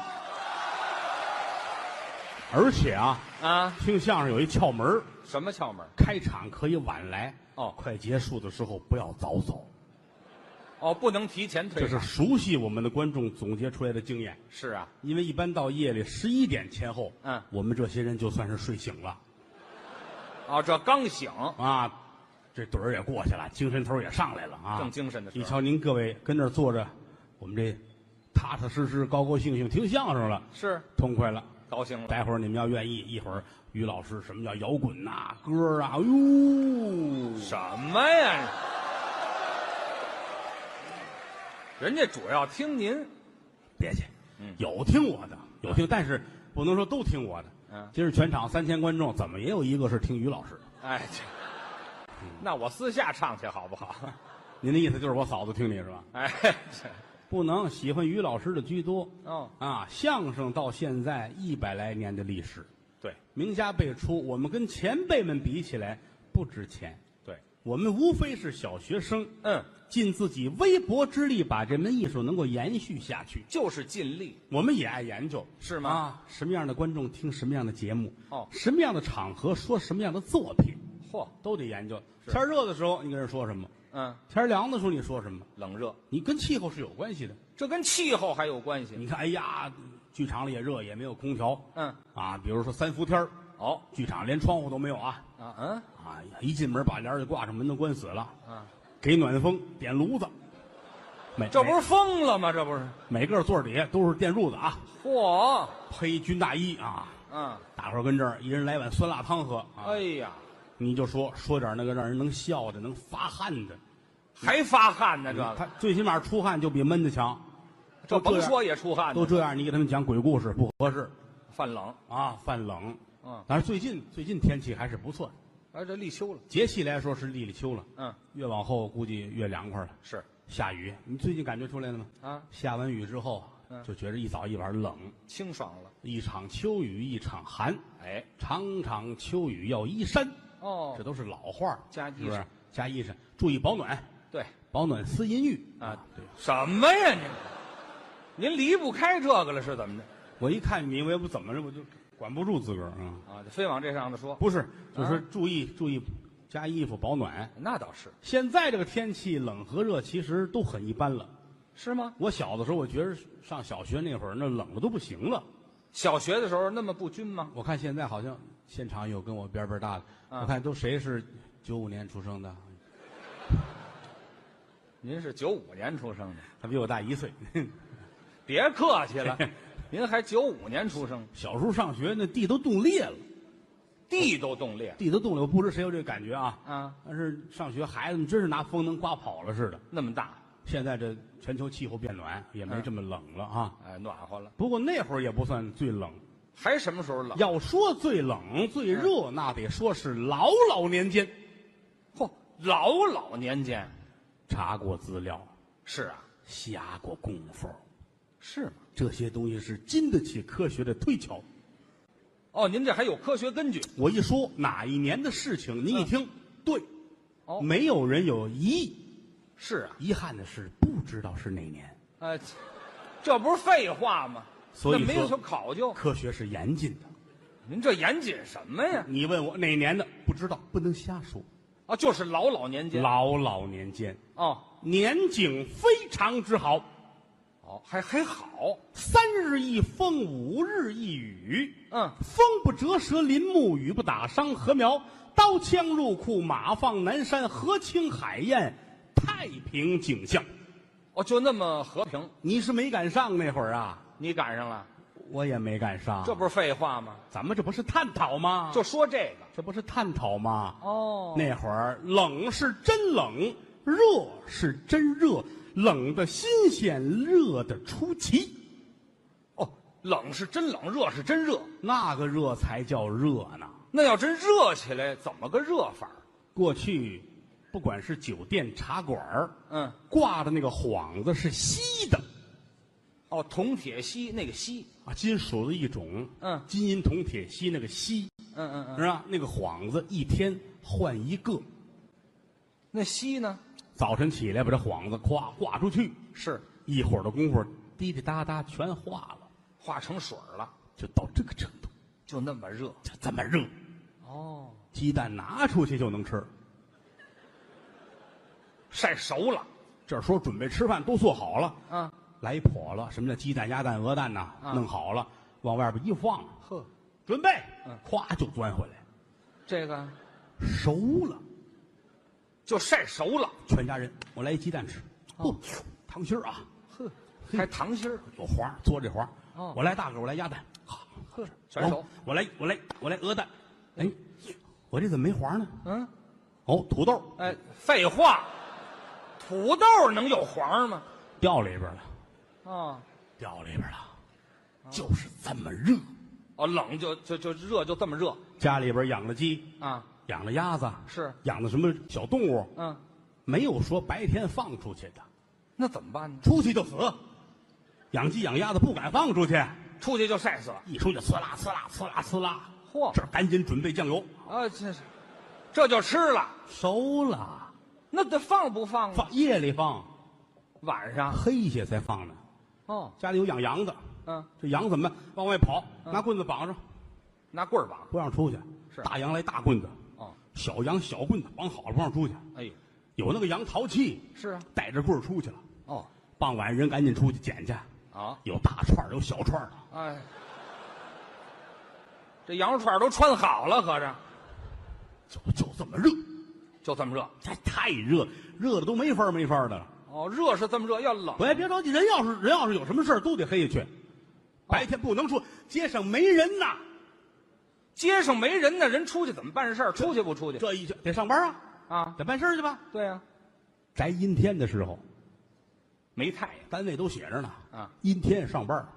A: 而且啊，
C: 啊，
A: 听相声有一窍门儿
C: 什么窍门儿？
A: 开场可以晚来，
C: 哦
A: 快结束的时候不要早走，
C: 哦，不能提前退
A: 这是
C: 场，
A: 熟悉我们的观众总结出来的经验。
C: 是啊，
A: 因为一般到夜里十一点前后，
C: 嗯
A: 我们这些人就算是睡醒了
C: 哦，这刚醒，
A: 啊，这盹儿也过去了，精神头儿也上来了啊，
C: 正精神的时
A: 一
C: 候，
A: 瞧您各位跟那儿坐着，我们这踏踏实实、高高兴兴听相声了，
C: 是
A: 痛快了。
C: 高兴了，
A: 待会儿你们要愿意，一会儿于老师什么叫摇滚呐、歌啊，哎呦，
C: 什么呀？人家主要听您，
A: 别去
C: 嗯，
A: 有听我的，有听，但是不能说都听我的。
C: 嗯
A: 今儿全场三千观众，怎么也有一个是听于老师的。
C: 哎，这那我私下唱去好不好？
A: 您的意思就是我嫂子听你是吧？
C: 哎，这
A: 不能，喜欢于老师的居多。
C: 哦，
A: 啊，相声到现在一百来年的历史，
C: 对
A: 名家辈出，我们跟前辈们比起来不值钱。
C: 对，
A: 我们无非是小学生，
C: 嗯，
A: 尽自己微薄之力把这门艺术能够延续下去。
C: 就是尽力，
A: 我们也爱研究，
C: 是吗
A: 啊，什么样的观众听什么样的节目，
C: 哦
A: 什么样的场合说什么样的作品，
C: 嚯，
A: 都得研究。
C: 是
A: 天儿热的时候你跟人说什么，
C: 嗯，
A: 天儿凉的时候你说什么，
C: 冷热，
A: 你跟气候是有关系的。
C: 这跟气候还有关系。
A: 你看，哎呀，剧场里也热，也没有空调，
C: 嗯，
A: 啊，比如说三伏天儿，
C: 哦，
A: 剧场连窗户都没有啊，
C: 啊，嗯，
A: 啊，一进门把帘儿就挂上，门都关死了，
C: 啊，
A: 给暖风，点炉子，
D: 每
C: 嗯这不是疯了吗？这不是？
D: 每每个座底下都是电褥子啊，
C: 嚯，
D: 披军大衣啊，
C: 嗯，
D: 大伙儿跟这儿一人来碗酸辣汤喝啊。
C: 哎呀，
D: 你就说说点那个让人能笑的、能发汗的，
C: 还发汗呢，这
D: 他
C: 个
D: 最起码出汗就比闷的强。
C: 这
D: 都
C: 甭
D: 样
C: 说也出汗呢，
D: 都这样，你给他们讲鬼故事不合适
C: 犯冷。
D: 啊，犯冷。
C: 嗯，
D: 但是最近最近天气还是不错，
C: 哎，这立秋了，
D: 节气来说是立立秋了，
C: 嗯，
D: 越往后估计越凉快了。
C: 是
D: 下雨，你最近感觉出来了吗？
C: 啊，
D: 下完雨之后啊
C: 嗯，
D: 就觉着一早一晚冷，
C: 清爽了。
D: 一场秋雨一场寒，
C: 哎，
D: 场场秋雨要衣衫，
C: 哦
D: 这，都是老话儿
C: 加
D: 是不
C: 衣
D: 是
C: 裳？
D: 加衣裳，注意保暖，
C: 对
D: 保暖思淫欲
C: 啊
D: 对，
C: 什么呀您？您离不开这个了，是怎么着？
D: 我一看你，我也不怎么着，我就管不住自个儿啊。
C: 啊，就非往这上头说，
D: 不是，
C: 啊
D: 就是注意注意，加衣服保暖。
C: 那倒是，
D: 现在这个天气冷和热其实都很一般了。
C: 是吗？
D: 我小的时候，我觉着上小学那会儿，那冷的都不行了。
C: 小学的时候那么不均吗？
D: 我看现在好像现场有跟我边儿边儿大的，
C: 啊
D: 我看都谁是九五年出生的，
C: 您是九五年出生的，
D: 他比我大一岁。
C: 别客气了，您还九五年出生，
D: 小时候上学，那地都冻裂了，
C: 地都冻裂
D: 地都冻裂。我不知谁有这个感觉啊。
C: 啊，
D: 但是上学孩子们真是拿风能刮跑了似的。
C: 那么大，
D: 现在这全球气候变暖，也没这么冷了啊。
C: 哎，暖和了。
D: 不过那会儿也不算最冷，
C: 还什么时候冷？
D: 要说最冷最热，那得说是老老年间。
C: 嚯，老老年间
D: 查过资料，
C: 是啊，
D: 下过功夫，
C: 是吗？
D: 这些东西是经得起科学的推敲。
C: 哦，您这还有科学根据
D: 我一说哪一年的事情，您一听，对，
C: 嗯哦
D: 没有人有疑义。
C: 是啊，
D: 遗憾的是，不知道是哪年。
C: 呃，这不是废话吗？
D: 所以
C: 那没有
D: 说
C: 什么考究，
D: 科学是严谨的，
C: 您这严谨什么呀？
D: 你问我哪年的，不知道，不能瞎说。
C: 啊，就是老老年间
D: 老老年间，
C: 哦
D: 年景非常之好，
C: 哦，还还好，
D: 三日一风，五日一雨。
C: 嗯，
D: 风不折舌林木，雨不打伤禾苗。刀枪入库，马放南山，河清海晏，太平景象。
C: 哦，就那么和平，
D: 你是没赶上那会儿啊？
C: 你赶上了，
D: 我也没赶上。
C: 这不是废话吗？
D: 咱们这不是探讨吗？
C: 就说这个
D: 这不是探讨吗？
C: 哦
D: 那会儿冷是真冷，热是真热，冷的新鲜，热的出奇。
C: 哦，冷是真冷，热是真热。
D: 那个热才叫热呢。
C: 那要真热起来，怎么个热法儿？
D: 过去，不管是酒店、茶馆儿，
C: 嗯，
D: 挂的那个幌子是锡的
C: 哦，铜铁锡那个锡，
D: 啊，金属的一种，
C: 嗯
D: 金银铜铁锡那个锡
C: 嗯嗯嗯，
D: 是吧？那个幌子一天换一个，
C: 那锡呢？
D: 早晨起来把这幌子咵挂出去，
C: 是
D: 一会儿的功夫滴滴答答全化了，
C: 化成水儿了，
D: 就到这个程度，
C: 就那么热。
D: 就这么热，
C: 哦，
D: 鸡蛋拿出去就能吃。
C: 晒熟了。
D: 这时候准备吃饭都做好了，
C: 啊，
D: 来一笸了，什么叫鸡蛋、鸭蛋、鹅蛋呐、
C: 啊
D: 弄好了，往外边一放，
C: 呵，
D: 准备
C: 嗯，
D: 咵就钻回来，
C: 这个
D: 熟了。
C: 就晒熟了。
D: 全家人，我来一鸡蛋吃。哦，糖心儿啊，
C: 呵， 还糖心儿。
D: 有黄儿，嘬这黄儿。
C: 哦
D: 我来大个儿，我来鸭蛋。好，
C: 呵，全熟
D: 哦。我来，我来，我来鹅蛋。哎，我这怎么没黄呢？
C: 嗯，
D: 哦，土豆
C: 哎，废话，土豆能有黄吗？
D: 掉里边了，
C: 啊，
D: 掉里边了，就是这么热。
C: 哦，冷就就就热就这么热
D: 家里边养了鸡，
C: 啊。
D: 养了鸭子，
C: 是
D: 养的什么小动物，
C: 嗯，
D: 没有说白天放出去的，
C: 那怎么办呢？
D: 出去就死。养鸡养鸭子不敢放出去，
C: 出去就晒死了。
D: 一出去呲啦呲啦呲啦呲啦，
C: 嚯
D: 这儿赶紧准备酱油，
C: 啊，这是，这就吃了。
D: 熟了，
C: 那得放不放啊？
D: 放夜里放，
C: 晚上
D: 黑些才放呢。
C: 哦，
D: 家里有养羊的，
C: 嗯，
D: 这羊怎么办往外跑？拿棍子绑着，
C: 拿棍儿绑。
D: 不让出去。
C: 是
D: 大羊来大棍子，
C: 哦，
D: 小羊小棍子绑好了不让出去。
C: 哎呦，
D: 有那个羊淘气，
C: 是啊，
D: 带着棍儿出去了。
C: 哦，
D: 傍晚人赶紧出去捡去，
C: 啊，
D: 有大串儿有小串儿的，
C: 哎，这羊肉串儿都穿好了，合着
D: 就就这么热，
C: 就这么热。
D: 这太热，热的都没法儿没法儿的了。
C: 哦，热是这么热，要冷
D: 喂，别着急，人要是人要是有什么事儿都得黑下去，白天不能出，街上没人呐，
C: 街上没人呢，人出去怎么办事儿？出去不出去
D: 这一去得上班啊，
C: 啊？
D: 得办事儿去吧。
C: 对呀、啊
D: 宅阴天的时候，
C: 没太阳，
D: 单位都写着呢
C: 啊，
D: 阴天上班儿，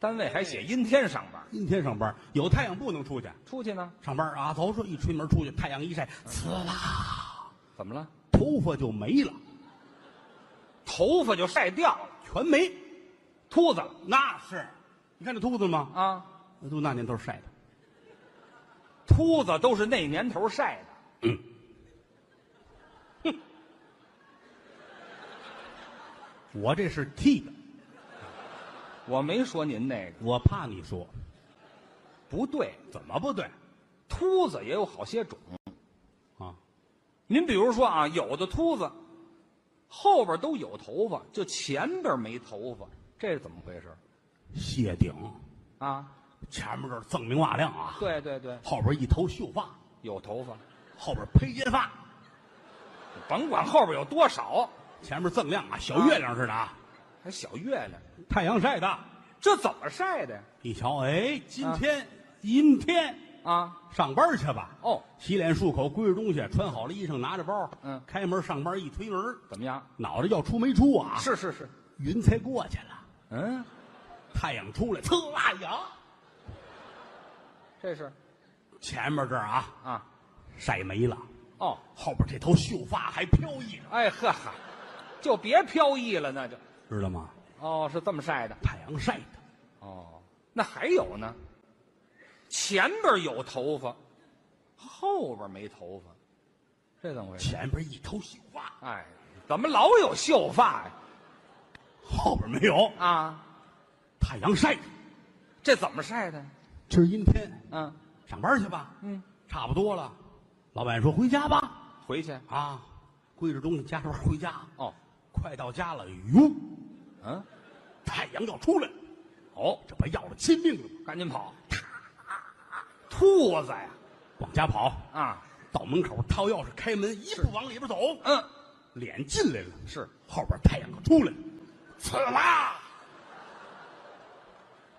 C: 单位还写阴天上班，
D: 阴天上班儿，有太阳不能出去。
C: 出去呢？
D: 上班儿啊，走说一推门出去，太阳一晒，呲啦，
C: 怎么了？
D: 头发就没了，
C: 头发就晒掉了，
D: 全没。
C: 秃子
D: 那是，你看这秃子吗？
C: 啊，
D: 那都那年头晒的，
C: 秃子都是那年头晒的。
D: 我这是剃的，
C: 我没说您那个
D: 我怕你说
C: 不对，
D: 怎么不对
C: 秃子也有好些种。
D: 啊？
C: 您比如说啊，有的秃子后边都有头发，就前边没头发，这是怎么回事
D: 谢顶，
C: 啊？
D: 前面这儿锃明瓦亮啊，
C: 对对对，
D: 后边一头秀发，
C: 有头发，
D: 后边披肩发，
C: 甭管后边有多少，
D: 前面锃亮啊，小月亮似的啊，
C: 还小月亮，
D: 太阳晒的。
C: 这怎么晒的呀？
D: 一瞧，哎，今天、阴天，
C: 啊，
D: 上班去吧。
C: 哦，
D: 洗脸漱口，归置东西，穿好了衣裳，拿着包，
C: 嗯
D: 开门上班，一推门，
C: 怎么样？
D: 脑袋要出没出啊？
C: 是是是，
D: 云彩过去了，
C: 嗯，
D: 太阳出来，呲啦呀！
C: 这是
D: 前面这儿啊，
C: 啊，
D: 晒没了，
C: 哦，
D: 后边这头秀发还飘逸着，
C: 哎呵哈，就别飘逸了，那就
D: 知道吗？
C: 哦，是这么晒的
D: 太阳晒的，
C: 哦。那还有呢，前边有头发，后边没头发，这怎么回事？
D: 前边一头秀发，
C: 哎，怎么老有秀发呀？
D: 后边没有，
C: 啊，
D: 太阳晒的。
C: 这怎么晒的？
D: 今儿阴天，
C: 嗯，
D: 上班去吧。
C: 嗯，
D: 差不多了。老板说回家吧。
C: 回去
D: 啊，归置东西，夹着包回家。
C: 哦，
D: 快到家了，哟，
C: 嗯，
D: 太阳要出来了，
C: 哦，
D: 这不要了亲命了吗？
C: 赶紧跑，兔子呀，
D: 往家跑，
C: 啊，
D: 到门口掏钥匙开门，一步往里边走，
C: 嗯，
D: 脸进来了，
C: 是
D: 后边太阳要出来了，刺啦！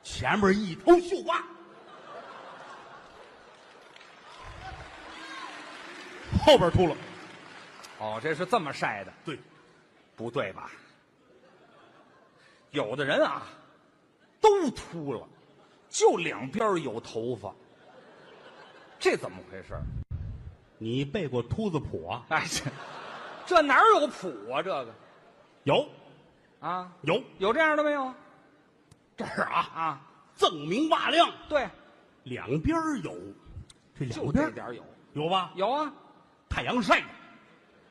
D: 前面一头绣花，后边秃了，
C: 哦，这是这么晒的，
D: 对，
C: 不对吧？有的人啊，都秃了，就两边有头发，这怎么回事？
D: 你背过秃子谱啊？
C: 哎，这这哪儿有谱啊？这个
D: 有
C: 啊，
D: 有，
C: 有这样的没有？
D: 这儿啊，
C: 啊，
D: 锃明瓦亮，
C: 对，
D: 两边儿有，这两
C: 就
D: 边
C: 这
D: 儿
C: 点儿有，
D: 有吧？
C: 有啊，
D: 太阳晒的，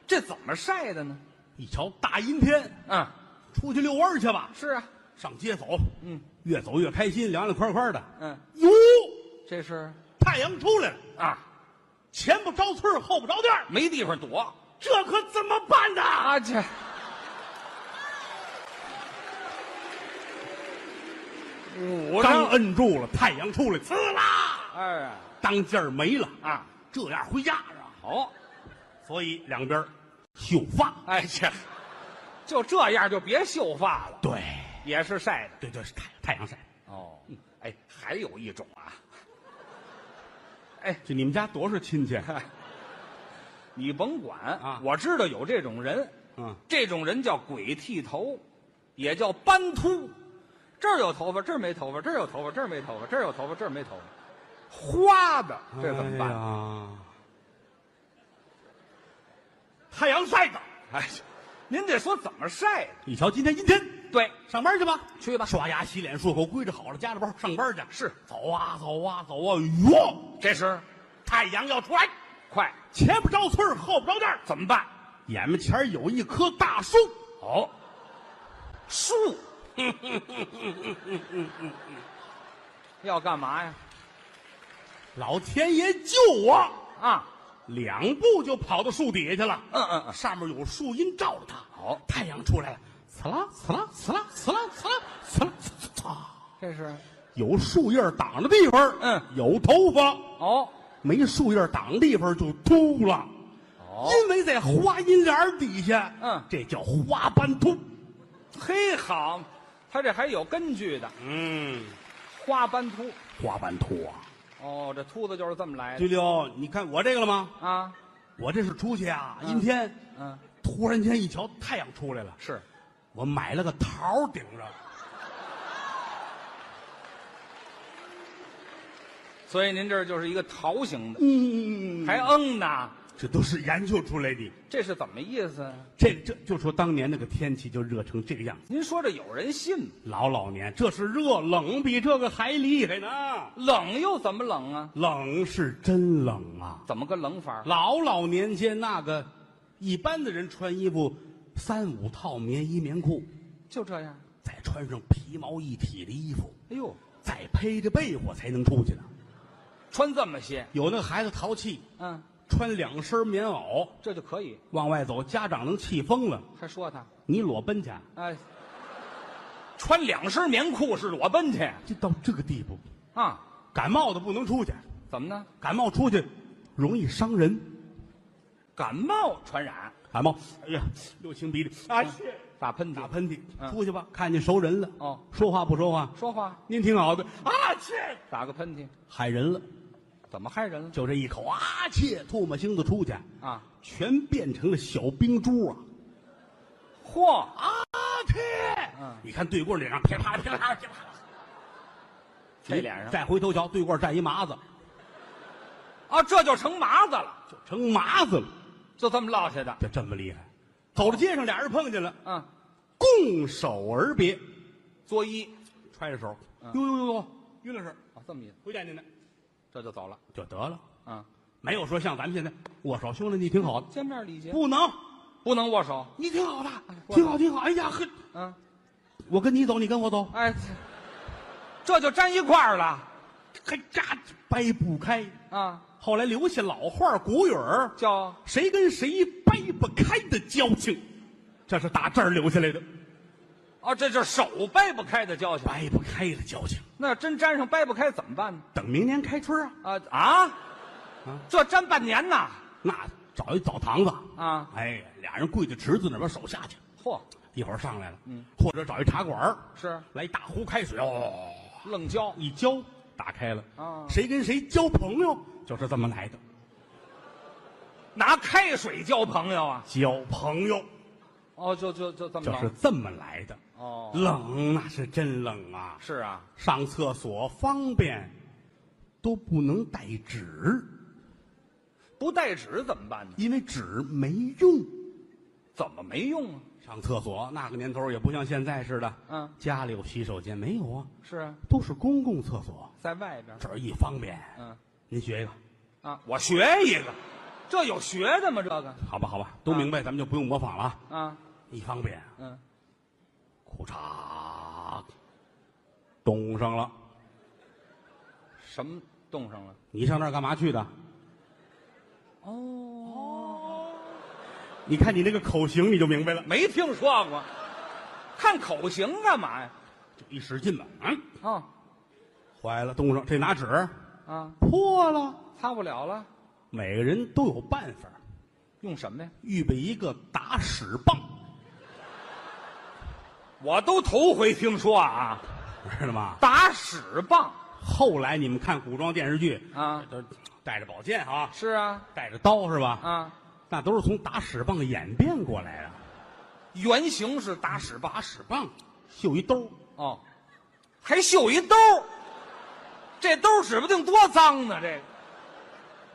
C: 这怎么晒的呢？
D: 一瞧大阴天，
C: 嗯，
D: 出去遛弯儿去吧，
C: 是啊，
D: 上街走，
C: 嗯
D: 越走越开心，凉凉快快的。
C: 嗯，
D: 哟，
C: 这是
D: 太阳出来了，
C: 啊，
D: 前不着村儿后不着店儿
C: 没地方躲
D: 这可怎么办呢？
C: 啊这。捂上
D: 刚
C: 了，
D: 摁住了，太阳出来，呲啦，
C: 哎
D: 当劲儿没了，
C: 啊，
D: 这样回家啊是吧？
C: 好，
D: 所以两边儿秀发，
C: 哎这，就这样就别秀发了，
D: 对
C: 也是晒的。
D: 对对，是太太阳晒。
C: 哦，哎，还有一种啊，哎，
D: 这你们家多少亲戚？
C: 你甭管
D: 啊
C: 我知道有这种人，
D: 嗯，
C: 这种人叫鬼剃头，也叫斑秃，这儿有头发，这儿没头发，这儿有头发，这儿没头发，这儿有头发，这儿没头发，花的，这怎么
D: 哎
C: 办？
D: 办？太阳晒的，
C: 哎，您得说怎么晒的。
D: 你瞧今天阴天，
C: 对，
D: 上班去吧，
C: 去吧嗯
D: 刷牙、洗脸、漱口，归置好了，夹着包上班去。
C: 是
D: 走啊，走啊，走啊！哟，
C: 这是
D: 太阳要出来，
C: 快，
D: 前不着村儿后不着店儿
C: 怎么办？
D: 眼门前儿有一棵大树，
C: 哦，树，要干嘛呀？
D: 老天爷救我！
C: 啊，
D: 两步就跑到树底下去了。
C: 嗯嗯嗯哦
D: 上面有树荫照着他。
C: 好
D: 太阳出来了，呲啦呲啦呲啦呲啦呲啦呲啦呲呲呲，
C: 这是
D: 有树叶挡的地方，
C: 嗯，
D: 有头发；
C: 哦
D: 没树叶挡的地方就秃了。
C: 哦
D: 因为在花阴帘儿底下，
C: 嗯
D: 这叫花斑秃。
C: 嘿，好，他这还有根据的，
A: 嗯，
C: 花斑秃。
D: 花斑秃啊，
C: 哦，这秃子就是这么来的
D: 对了，你看我这个了吗？
C: 啊。
D: 我这是出去啊，阴天，
C: 嗯，
D: 突然间一瞧太阳出来了，
C: 是，
D: 我买了个桃儿顶着，
C: 所以您这儿就是一个桃形的，
D: 嗯，
C: 还嗯呢，
D: 这都是研究出来的。
C: 这是怎么意思啊？
D: 这这就说当年那个天气就热成这个样子，
C: 您说这有人信吗？
D: 老老年这是热，冷比这个还厉害呢。
C: 冷又怎么冷啊？
D: 冷是真冷啊！
C: 怎么个冷法？
D: 老老年间那个，一般的人穿衣服三五套棉衣棉裤，
C: 就这样。
D: 再穿上皮毛一体的衣服，
C: 哎呦，
D: 再披着被窝才能出去呢。
C: 穿这么些，
D: 有那孩子淘气，
C: 嗯，
D: 穿两身棉袄
C: 这就可以。
D: 往外走，家长能气疯了。
C: 还说他，
D: 你裸奔去啊，
C: 哎， 穿两身棉裤是裸奔去
D: 这到这个地步，
C: 啊？
D: 感冒的不能出去，
C: 怎么呢？
D: 感冒出去容易伤人。
C: 感冒传染，
D: 感冒，哎呀，又清鼻涕，哎，
C: 打喷嚏，
D: 打喷嚏，
C: 嗯
D: 出去吧，看见熟人了，
C: 哦
D: 说话不说话，
C: 说话
D: 您挺好的，啊切，
C: 打个喷嚏，
D: 害人了，
C: 怎么害人了？
D: 就这一口啊切，唾沫星子出去，
C: 啊，
D: 全变成了小冰珠啊
C: 嚯，
D: 啊切，
C: 嗯
D: 你看对过脸上噼啪噼啪噼啪，
C: 这脸上
D: 再回头瞧，对过站一麻子，
C: 啊，这就成麻子了，
D: 就成麻子了，
C: 就这么落下的。
D: 就这么厉害。走到街上，俩人碰见了，
C: 嗯，
D: 拱手而别，
C: 作揖，
D: 揣着手，
C: 嗯
D: 呦呦呦呦，于老师，
C: 啊，这么意思，
D: 回见您呢，
C: 这就走了。
D: 就得了。
C: 啊，
D: 没有说像咱们现在握手，兄弟你挺好的，
C: 见面礼节
D: 不能，
C: 不能握手。
D: 你挺好的，
C: 握手
D: 挺好挺好。哎呀呵，
C: 嗯，
D: 我跟你走，你跟我走，
C: 哎，这就粘一块儿了
D: 还扎掰不开。
C: 啊，
D: 后来留下老话儿古语儿，
C: 叫
D: 谁跟谁掰不开的交情，这是打这儿留下来的，
C: 啊，这就是手掰不开的交情。
D: 掰不开的交情。
C: 那真粘上掰不开怎么办呢？
D: 等明年开春啊，
C: 啊啊
D: 啊，
C: 这粘半年呐！
D: 那找一澡堂子
C: 啊，
D: 哎，俩人跪在池子那边手下去，
C: 嚯，
D: 一会儿上来了，或者找一茶馆儿
C: 是
D: 来一大壶开水，哦，
C: 愣交
D: 一浇打开了，
C: 啊
D: 谁跟谁交朋友就是这么来的。
C: 拿开水交朋友啊？
D: 交朋友
C: 哦，就就就这么
D: 就
C: 着
D: 是这么来的。
C: 哦，
D: 冷那是真冷啊，
C: 是啊，
D: 上厕所方便都不能带纸，
C: 不带纸怎么办呢？
D: 因为纸没用。
C: 怎么没用啊？
D: 上厕所那个年头也不像现在似的，
C: 嗯，
D: 家里有洗手间没有啊？
C: 是啊，
D: 都是公共厕所，
C: 在外边儿。
D: 这儿一方便。
C: 嗯
D: 您学一个，
C: 啊，我学一个，这有学的吗？这个
D: 好吧，好吧，都明白，咱们就不用模仿了啊。
C: 啊，
D: 一方便，
C: 嗯，
D: 裤衩冻上了。
C: 什么冻上了？
D: 你上那儿干嘛去的？
C: 哦，
D: 你看你那个口型，你就明白了。
C: 没听说过，看口型干嘛呀？
D: 就一使劲吧，嗯，
C: 啊
D: 坏了，冻上。这拿纸
C: 啊，
D: 破了。
C: 擦不了了，
D: 每个人都有办法，
C: 用什么呀？
D: 预备一个打屎棒，
C: 我都头回听说啊，
D: 知道吗？
C: 打屎棒
D: 后来你们看古装电视剧，
C: 啊，
D: 都带着宝剑啊，
C: 是啊
D: 带着刀是吧？
C: 啊，
D: 那都是从打屎棒演变过来的。
C: 原型是打屎棒
D: 打屎棒，绣一兜，
C: 哦，还绣一兜儿，这兜儿指不定多脏呢，这个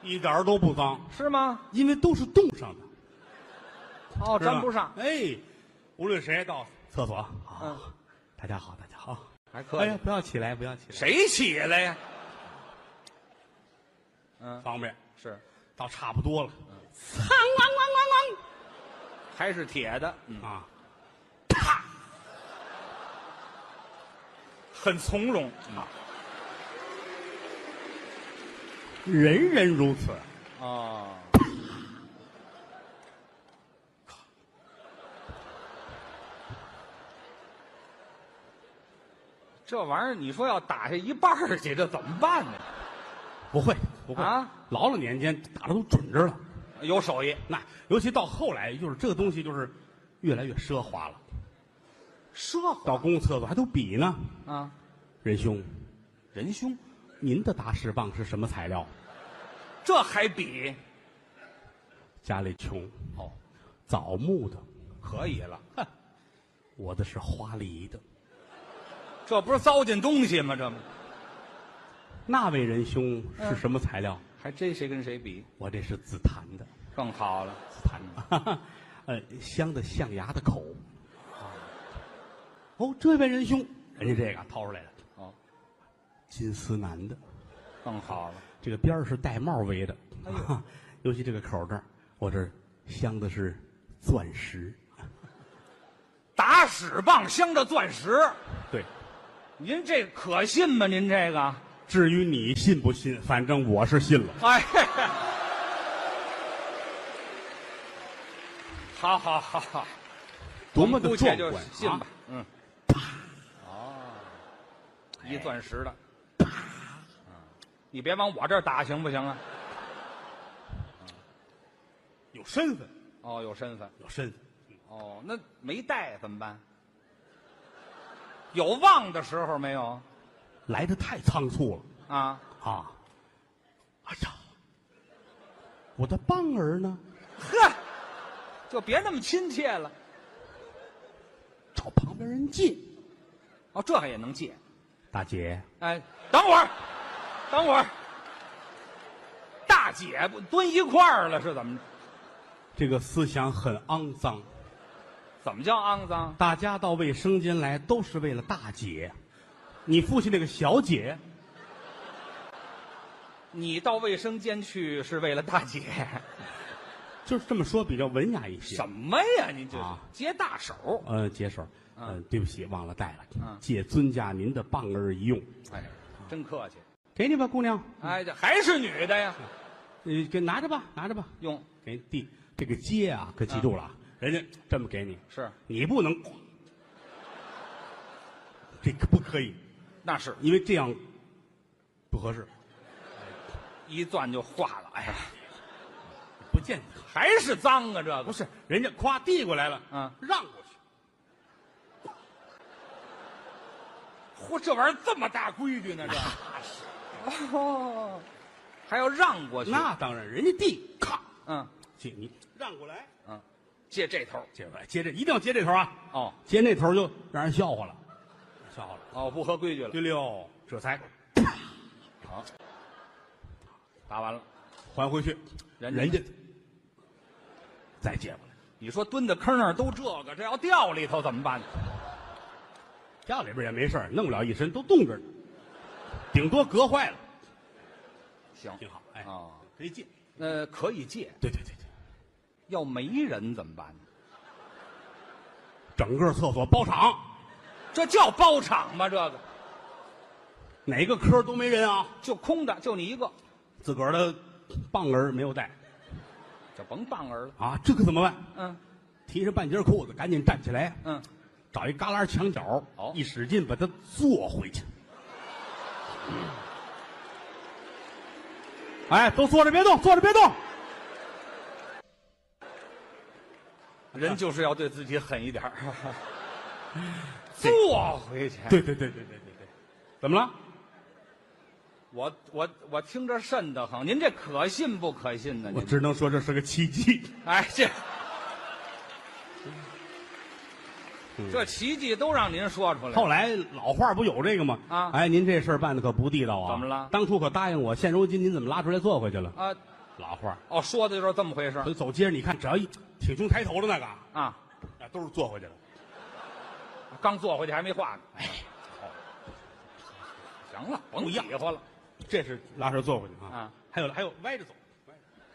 D: 一点儿都不脏，
C: 是吗？
D: 因为都是冻上的。
C: 哦，
D: 知道
C: 沾
D: 吧
C: 不上，
D: 哎，无论谁到厕所，
C: 嗯
D: 啊，大家好，大家好。
C: 还可
D: 哎
C: 以
D: 呀。，不要起来，不要起来，
C: 谁起来呀？嗯，
D: 方便。
C: 是，
D: 到差不多了，苍
C: 还是铁的，嗯，
D: 啷啷啊，
C: 很从容啊。
D: 人人如此。
C: 哦，这玩意儿，你说要打下一半儿去，这怎么办呢？
D: 不会，不会
C: 啊！
D: 老了年间打的都准着了，
C: 有手艺，
D: 那尤其到后来，就是这个东西就是越来越奢华了。
C: 奢华
D: 到公共厕所还都比呢，
C: 啊，
D: 仁兄，
C: 仁兄，
D: 您的打屎棒是什么材料？
C: 这还比
D: 家里穷，
C: 哦，
D: 枣木的，
C: 可以了，
D: 我的是花梨的。
C: 这不是糟践东西吗？这不
D: 那位仁兄是什么材料？
C: 还真谁跟谁比
D: 我这是紫檀的，
C: 更好了？
D: 紫檀的， 呃，镶的象牙的口。哦，这位仁兄，人家这个掏出来了，
C: 哦，
D: 金丝楠的，
C: 更好了，
D: 这个边儿是玳瑁围的，
C: 哎呦
D: 啊尤其这个口儿这儿，我这儿镶的是钻石。
C: 打屎棒镶着钻石，
D: 对，
C: 您这可信吗？您这个，
D: 至于你信不信，反正我是信了。
C: 哎，好好好好，
D: 多么
C: 我
D: 的
C: 们姑且
D: 壮
C: 就
D: 观
C: 信吧
D: 啊！，
C: 嗯，哦，一钻石的，嗯你别往我这儿打行不行啊？
D: 有身份，
C: 哦，有身份，
D: 有身份。
C: 哦，那没带怎么办？有忘的时候没有
D: 来的太仓促了
C: 啊？
D: 啊！哎呀，我的棒儿呢？
C: 呵，就别那么亲切了。
D: 找旁边人借。
C: 哦，这还也能借？
D: 大姐，
C: 哎，等会儿，等会儿，大姐不蹲一块儿了是怎么着？
D: 这个思想很肮脏，
C: 怎么叫肮脏？
D: 大家到卫生间来都是为了大姐。你父亲那个小姐，
C: 你到卫生间去是为了大姐？
D: 就是这么说比较文雅一些。
C: 什么呀？你这
D: 啊
C: 接大手？
D: 呃，解手，
C: 嗯
D: 呃，对不起，忘了带了，
C: 嗯
D: 借尊驾您的棒儿一用，
C: 哎，真客气。
D: 给你吧，姑娘，
C: 哎，这还是女的呀？
D: 呃，给拿着吧，拿着吧，
C: 用
D: 给你递这个接啊，可记住了，啊，人家这么给你，
C: 是
D: 你不能，这个不可以，
C: 那是
D: 因为这样不合适，
C: 一攥就化了。哎呀，
D: 不见得，
C: 还是脏啊！这个
D: 不是，人家夸递过来了，
C: 嗯
D: 让过去，
C: 嚯，这玩意儿这么大规矩呢？这 哦，还要让过去？
D: 那当然，人家递，咔，
C: 嗯
D: 借你让过来，
C: 嗯，借这头。
D: 接过来，接这一定要接这头啊，
C: 哦
D: 接那头就让人笑话了，笑话了。
C: 哦，不合规矩了。
D: 对溜，这才
C: 好，打完了。
D: 还回去，
C: 人家
D: 人家再接过来，
C: 你说蹲在坑那儿都这个，这要掉里头怎么办？
D: 家里边也没事儿弄不了一身，都冻着呢，顶多隔坏了，
C: 行，
D: 挺好。哎，
C: 哦，
D: 可以借。
C: 那可以借，
D: 对对对对，
C: 要没人怎么办？
D: 整个厕所包场，
C: 这叫包场吗？这个
D: 哪个科都没人啊，
C: 就空的，就你一个，
D: 自个儿的棒儿没有带
C: 就甭棒儿了。
D: 啊，这可怎么办？
C: 嗯
D: 提上半截裤子，赶紧站起来，啊
C: 嗯，
D: 找一旮旯墙角
C: 哦，
D: 一使劲把它坐回去。哎，都坐着别动，坐着别动。
C: 人就是要对自己狠一点儿。 坐回去，
D: 对对对对对对对，怎么了？
C: 我我我听着瘆得慌。您这可信不可信呢？
D: 我
C: 您
D: 只能说这是个奇迹。
C: 哎，这
D: 嗯
C: 这奇迹都让您说出来了。
D: 后来老话不有这个吗？
C: 啊
D: 哎，您这事儿办的可不地道啊！
C: 怎么了
D: 当初可答应我，现如今您怎么拉出来坐回去了？
C: 啊，
D: 老话，
C: 哦，说的就是这么回事儿
D: 我走街上你看，只要一挺胸抬头的那个，
C: 啊。
D: 那都是坐回去了。
C: 刚坐回去还没化呢。哎，行了，甭
D: 不一样
C: 比划了。
D: 这是拉车坐回去啊。
C: 啊
D: 还有还有歪着走，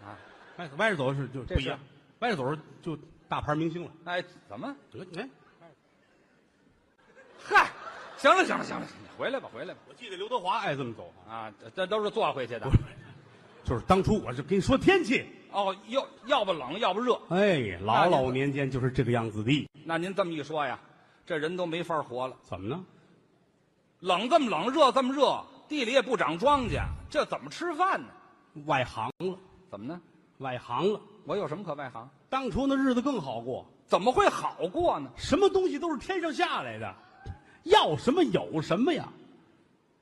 C: 啊，
D: 歪着歪着走是就
C: 这
D: 不一样
C: 是，
D: 歪着走就大牌明星了。
C: 哎，怎么？
D: 哎，
C: 嗨，行了，行了，行了，行了，回来吧，回来吧。
D: 我记得刘德华爱这么走啊。
C: 啊，这这都是坐回去的
D: 不。是就是当初我就跟你说天气，
C: 哦，要要不冷，要不热。
D: 哎，老老年间就是这个样子的。
C: 那您这么一说呀，这人都没法活了。
D: 怎么呢？
C: 冷这么冷，热这么热，地里也不长庄稼，这怎么吃饭呢？
D: 外行了，
C: 怎么呢？
D: 外行了，
C: 我有什么可外行？
D: 当初那日子更好过，
C: 怎么会好过呢？
D: 什么东西都是天上下来的，要什么有什么呀，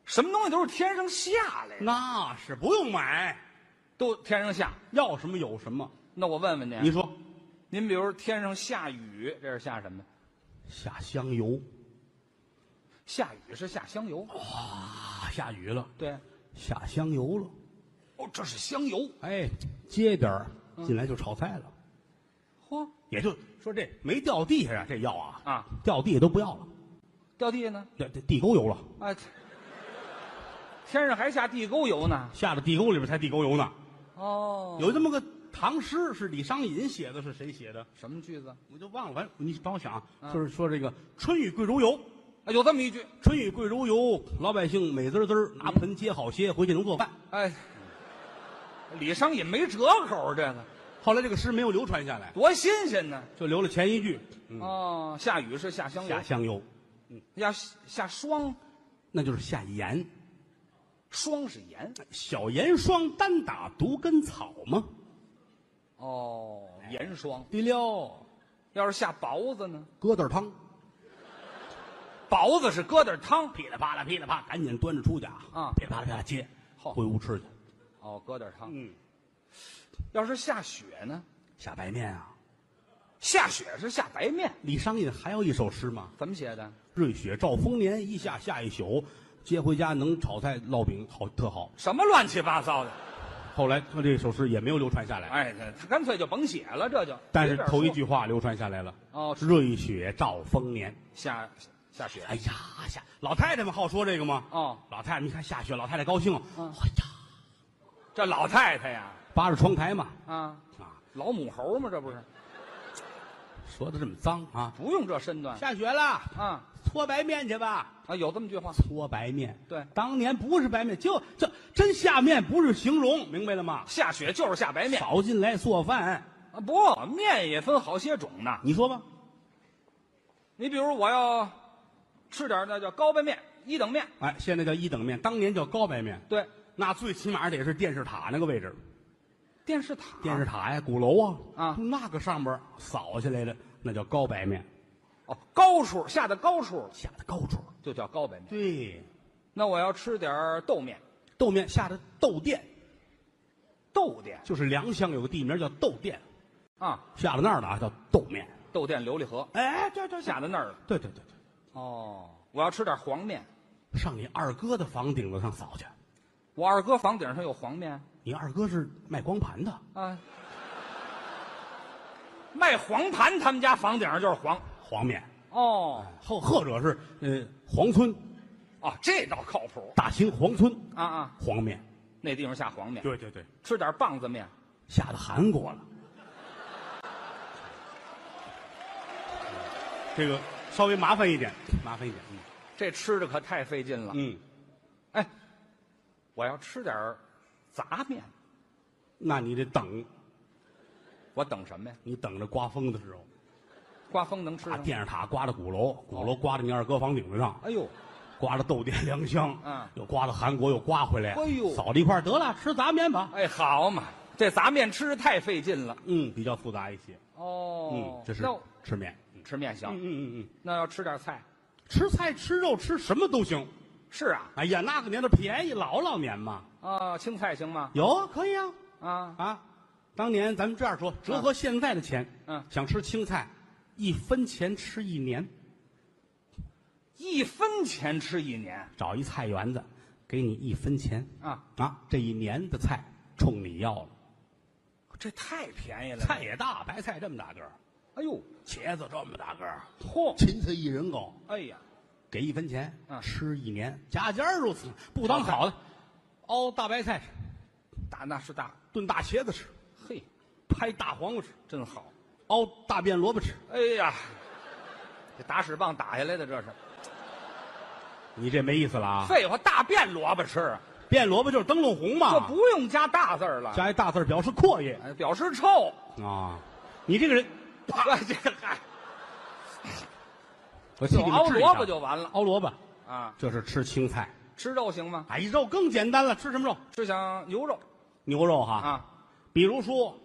C: 什么东西都是天上下来的，
D: 那是不用买，
C: 都天上下。
D: 要什么有什么。
C: 那我问问您，啊
D: 你说，
C: 您比如天上下雨，这是下什么？
D: 下香油
C: 下雨是下香油，
D: 啊，下雨了，
C: 对，
D: 下香油了，
C: 哦，这是香油。
D: 哎，接点儿进来就炒菜了，
C: 嚯、
D: 也就说这没掉地下啊，这药啊
C: 啊，
D: 掉地下都不要了，
C: 掉地下呢？
D: 掉地地沟油了，
C: 啊，天上还下地沟油呢。
D: 下到地沟里边才地沟油呢。
C: 哦有
D: 有这么个唐诗是李商隐写的，是谁写的？
C: 什么句子？
D: 我就忘了，反正你帮我想啊，
C: 嗯
D: 就是说这个“春雨贵如油，
C: 啊，有这么一句。
D: 春雨贵如油”，老百姓美滋滋儿拿盆接好些，回去能做饭。
C: 哎，李商隐没折口，这个
D: 后来这个诗没有流传下来，
C: 多新鲜呢。
D: 就留了前一句
C: 哦，下雨是下香
D: “
C: 油
D: 下，香油
C: 要下霜，”，
D: 那就是下盐，
C: 霜是盐。
D: 小盐霜单打独根草嘛。
C: 哦，盐霜。
D: 对了，
C: 要是下雹子呢？
D: 疙瘩汤，
C: 雹子是疙瘩汤。
D: 噼里啪啦噼里啪，赶紧端着出去啊！
C: 啊
D: 噼里啪啦噼里啪啦接，
C: 好
D: 回屋吃去。
C: 哦，疙瘩汤。
D: 嗯，
C: 要是下雪呢？
D: 下白面啊。
C: 下雪是下白面，
D: 李商隐还有一首诗嘛，
C: 怎么写的？
D: 瑞雪兆丰年，一下下一宿，接回家能炒菜烙饼，好特好。
C: 什么乱七八糟的？
D: 后来他这首诗也没有流传下来，
C: 哎，他他干脆就甭写了，这就。
D: 但
C: 随
D: 是
C: 便说
D: 头一句话流传下来了：
C: 哦，是
D: 瑞雪兆丰年。
C: 下下雪
D: 哎呀，下老太太们好说这个吗？
C: 哦，
D: 老太太们一看下雪，老太太高兴，
C: 嗯
D: 哎呀，
C: 这老太太呀，
D: 扒着窗台嘛，
C: 啊，
D: 啊，
C: 老母猴嘛，这不是
D: 说的这么脏啊，
C: 不用这身段
D: 下雪了，
C: 啊
D: 搓白面去吧，
C: 啊，有这么句话，
D: 搓白面。
C: 对
D: 当年不是白面，就这真下面不是形容，明白了吗？
C: 下雪就是下白面
D: 少进来做饭，
C: 啊，不，面也分好些种呢。
D: 你说吧，
C: 你比如我要吃点那叫高白面、一等面，
D: 哎，现在叫一等面，当年叫高白面，
C: 对，
D: 那最起码得是电视塔那个位置，
C: 电视塔，
D: 电视塔呀，鼓楼啊，
C: 啊
D: 那个上边扫下来的那叫高白面，
C: 哦，高处下的高处
D: 下的高处。
C: 就叫高白面。
D: 对，
C: 那我要吃点豆面，
D: 豆面下的豆店，
C: 豆店
D: 就是良乡有个地名叫豆店，
C: 啊，
D: 下到那儿的啊叫豆面。
C: 豆店琉璃河
D: 哎，对对
C: 下到那儿了。
D: 对对对对，
C: 哦，我要吃点黄面，
D: 上你二哥的房顶子上扫去，
C: 我二哥房顶上有黄面
D: 你二哥是卖光盘的，
C: 啊，卖黄盘，他们家房顶上就是黄。
D: 黄面。
C: 哦，
D: 后或者是呃黄村，
C: 哦，这倒靠谱
D: 大兴黄村
C: 啊啊！
D: 黄面。
C: 那地方下黄面，
D: 对对对，
C: 吃点棒子面，
D: 下到韩国了。这个稍微麻烦一点，麻烦一点。
C: 这吃着可太费劲了。
D: 嗯，
C: 哎，我要吃点儿杂面，
D: 那你得等，
C: 我等什么呀？
D: 你等着刮风的时候，
C: 刮风能吃
D: 把
C: 上？
D: 电视塔刮到鼓楼，鼓楼刮到你二哥房顶子上，
C: 哎呦，
D: 刮到豆店良乡，
C: 嗯
D: 又刮到韩国，又刮回来，
C: 哎呦
D: 扫到一块儿得了，吃杂面吧。
C: 哎，好嘛，这杂面吃着太费劲了。
D: 嗯，比较复杂一些。
C: 哦
D: 嗯，，这是
C: 那我
D: 吃面。
C: 吃面行，
D: 嗯嗯嗯，
C: 那要吃点菜。
D: 吃菜吃肉吃什么都行。
C: 是啊，
D: 哎呀，那个年头便宜，老老年嘛，
C: 啊，青菜行吗？
D: 有啊可以啊
C: 啊，
D: 啊！当年咱们这样说，折合现在的钱，
C: 嗯
D: 想吃青菜，一分钱吃一年，
C: 一分钱吃一年
D: 找一菜园子，给你一分钱
C: 啊，
D: 啊，这一年的菜冲你要了，
C: 这太便宜了。
D: 菜，也大，白菜这么大个儿，
C: 哎呦，
D: 茄子这么大个儿，
C: 嚯，
D: 芹菜一人高，
C: 哎呀，
D: 给一分钱，
C: 嗯
D: 吃一年，家家如此，不当好的，熬大白菜吃，
C: 大那是大，
D: 炖大茄子吃，
C: 嘿，
D: 拍大黄瓜吃，
C: 真好。
D: 熬大便萝卜吃，
C: 哎呀，这打屎棒打下来的这是。
D: 啊你这没意思了啊！
C: 废话，大便萝卜吃，啊
D: 变萝卜就是灯笼红嘛，
C: 这不用加大字儿了，
D: 加一大字儿表示阔爷
C: 哎表示 臭。
D: 啊！你这个人，
C: 哎这嗨，
D: 我记
C: 就
D: 给你
C: 熬
D: 治一
C: 萝
D: 下
C: 卜就完了
D: 熬萝卜，
C: 啊。
D: 这是吃青菜。
C: 吃肉行吗？
D: 哎，肉更简单了，吃什么肉？
C: 吃想牛肉
D: 牛肉哈，
C: 啊，
D: 比如说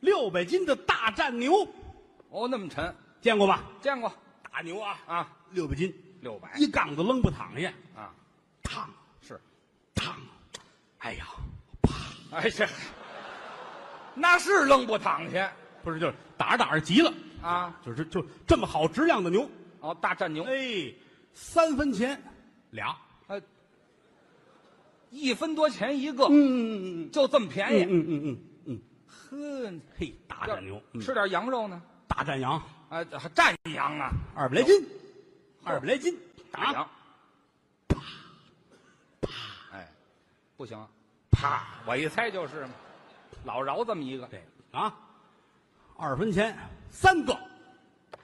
D: 六百斤的大战牛，
C: 哦，那么沉，
D: 见过吧？
C: 见过
D: 大牛啊
C: 啊，
D: 六百斤，
C: 六百
D: 一杠子扔不躺下，
C: 啊，
D: 烫
C: 是，
D: 烫，哎呀，
C: 哎呀，那是扔不躺下
D: 不是就是打着打着急了，
C: 啊，
D: 就是就这么好质量的牛，
C: 哦，大战牛，
D: 哎，三分钱俩，
C: 哎，一分多钱一个，
D: 嗯嗯
C: 就这么便宜，
D: 嗯嗯嗯嗯，
C: 呵，
D: 嘿，大
C: 要
D: 战牛，嗯
C: 吃点羊肉呢，
D: 大战羊，
C: 啊，还战羊啊，
D: 二百来斤，二百来斤，
C: 打羊
D: 啊，，
C: 哎，不行，啪，我一猜就是嘛，老饶这么一个，
D: 对啊，二分钱三个，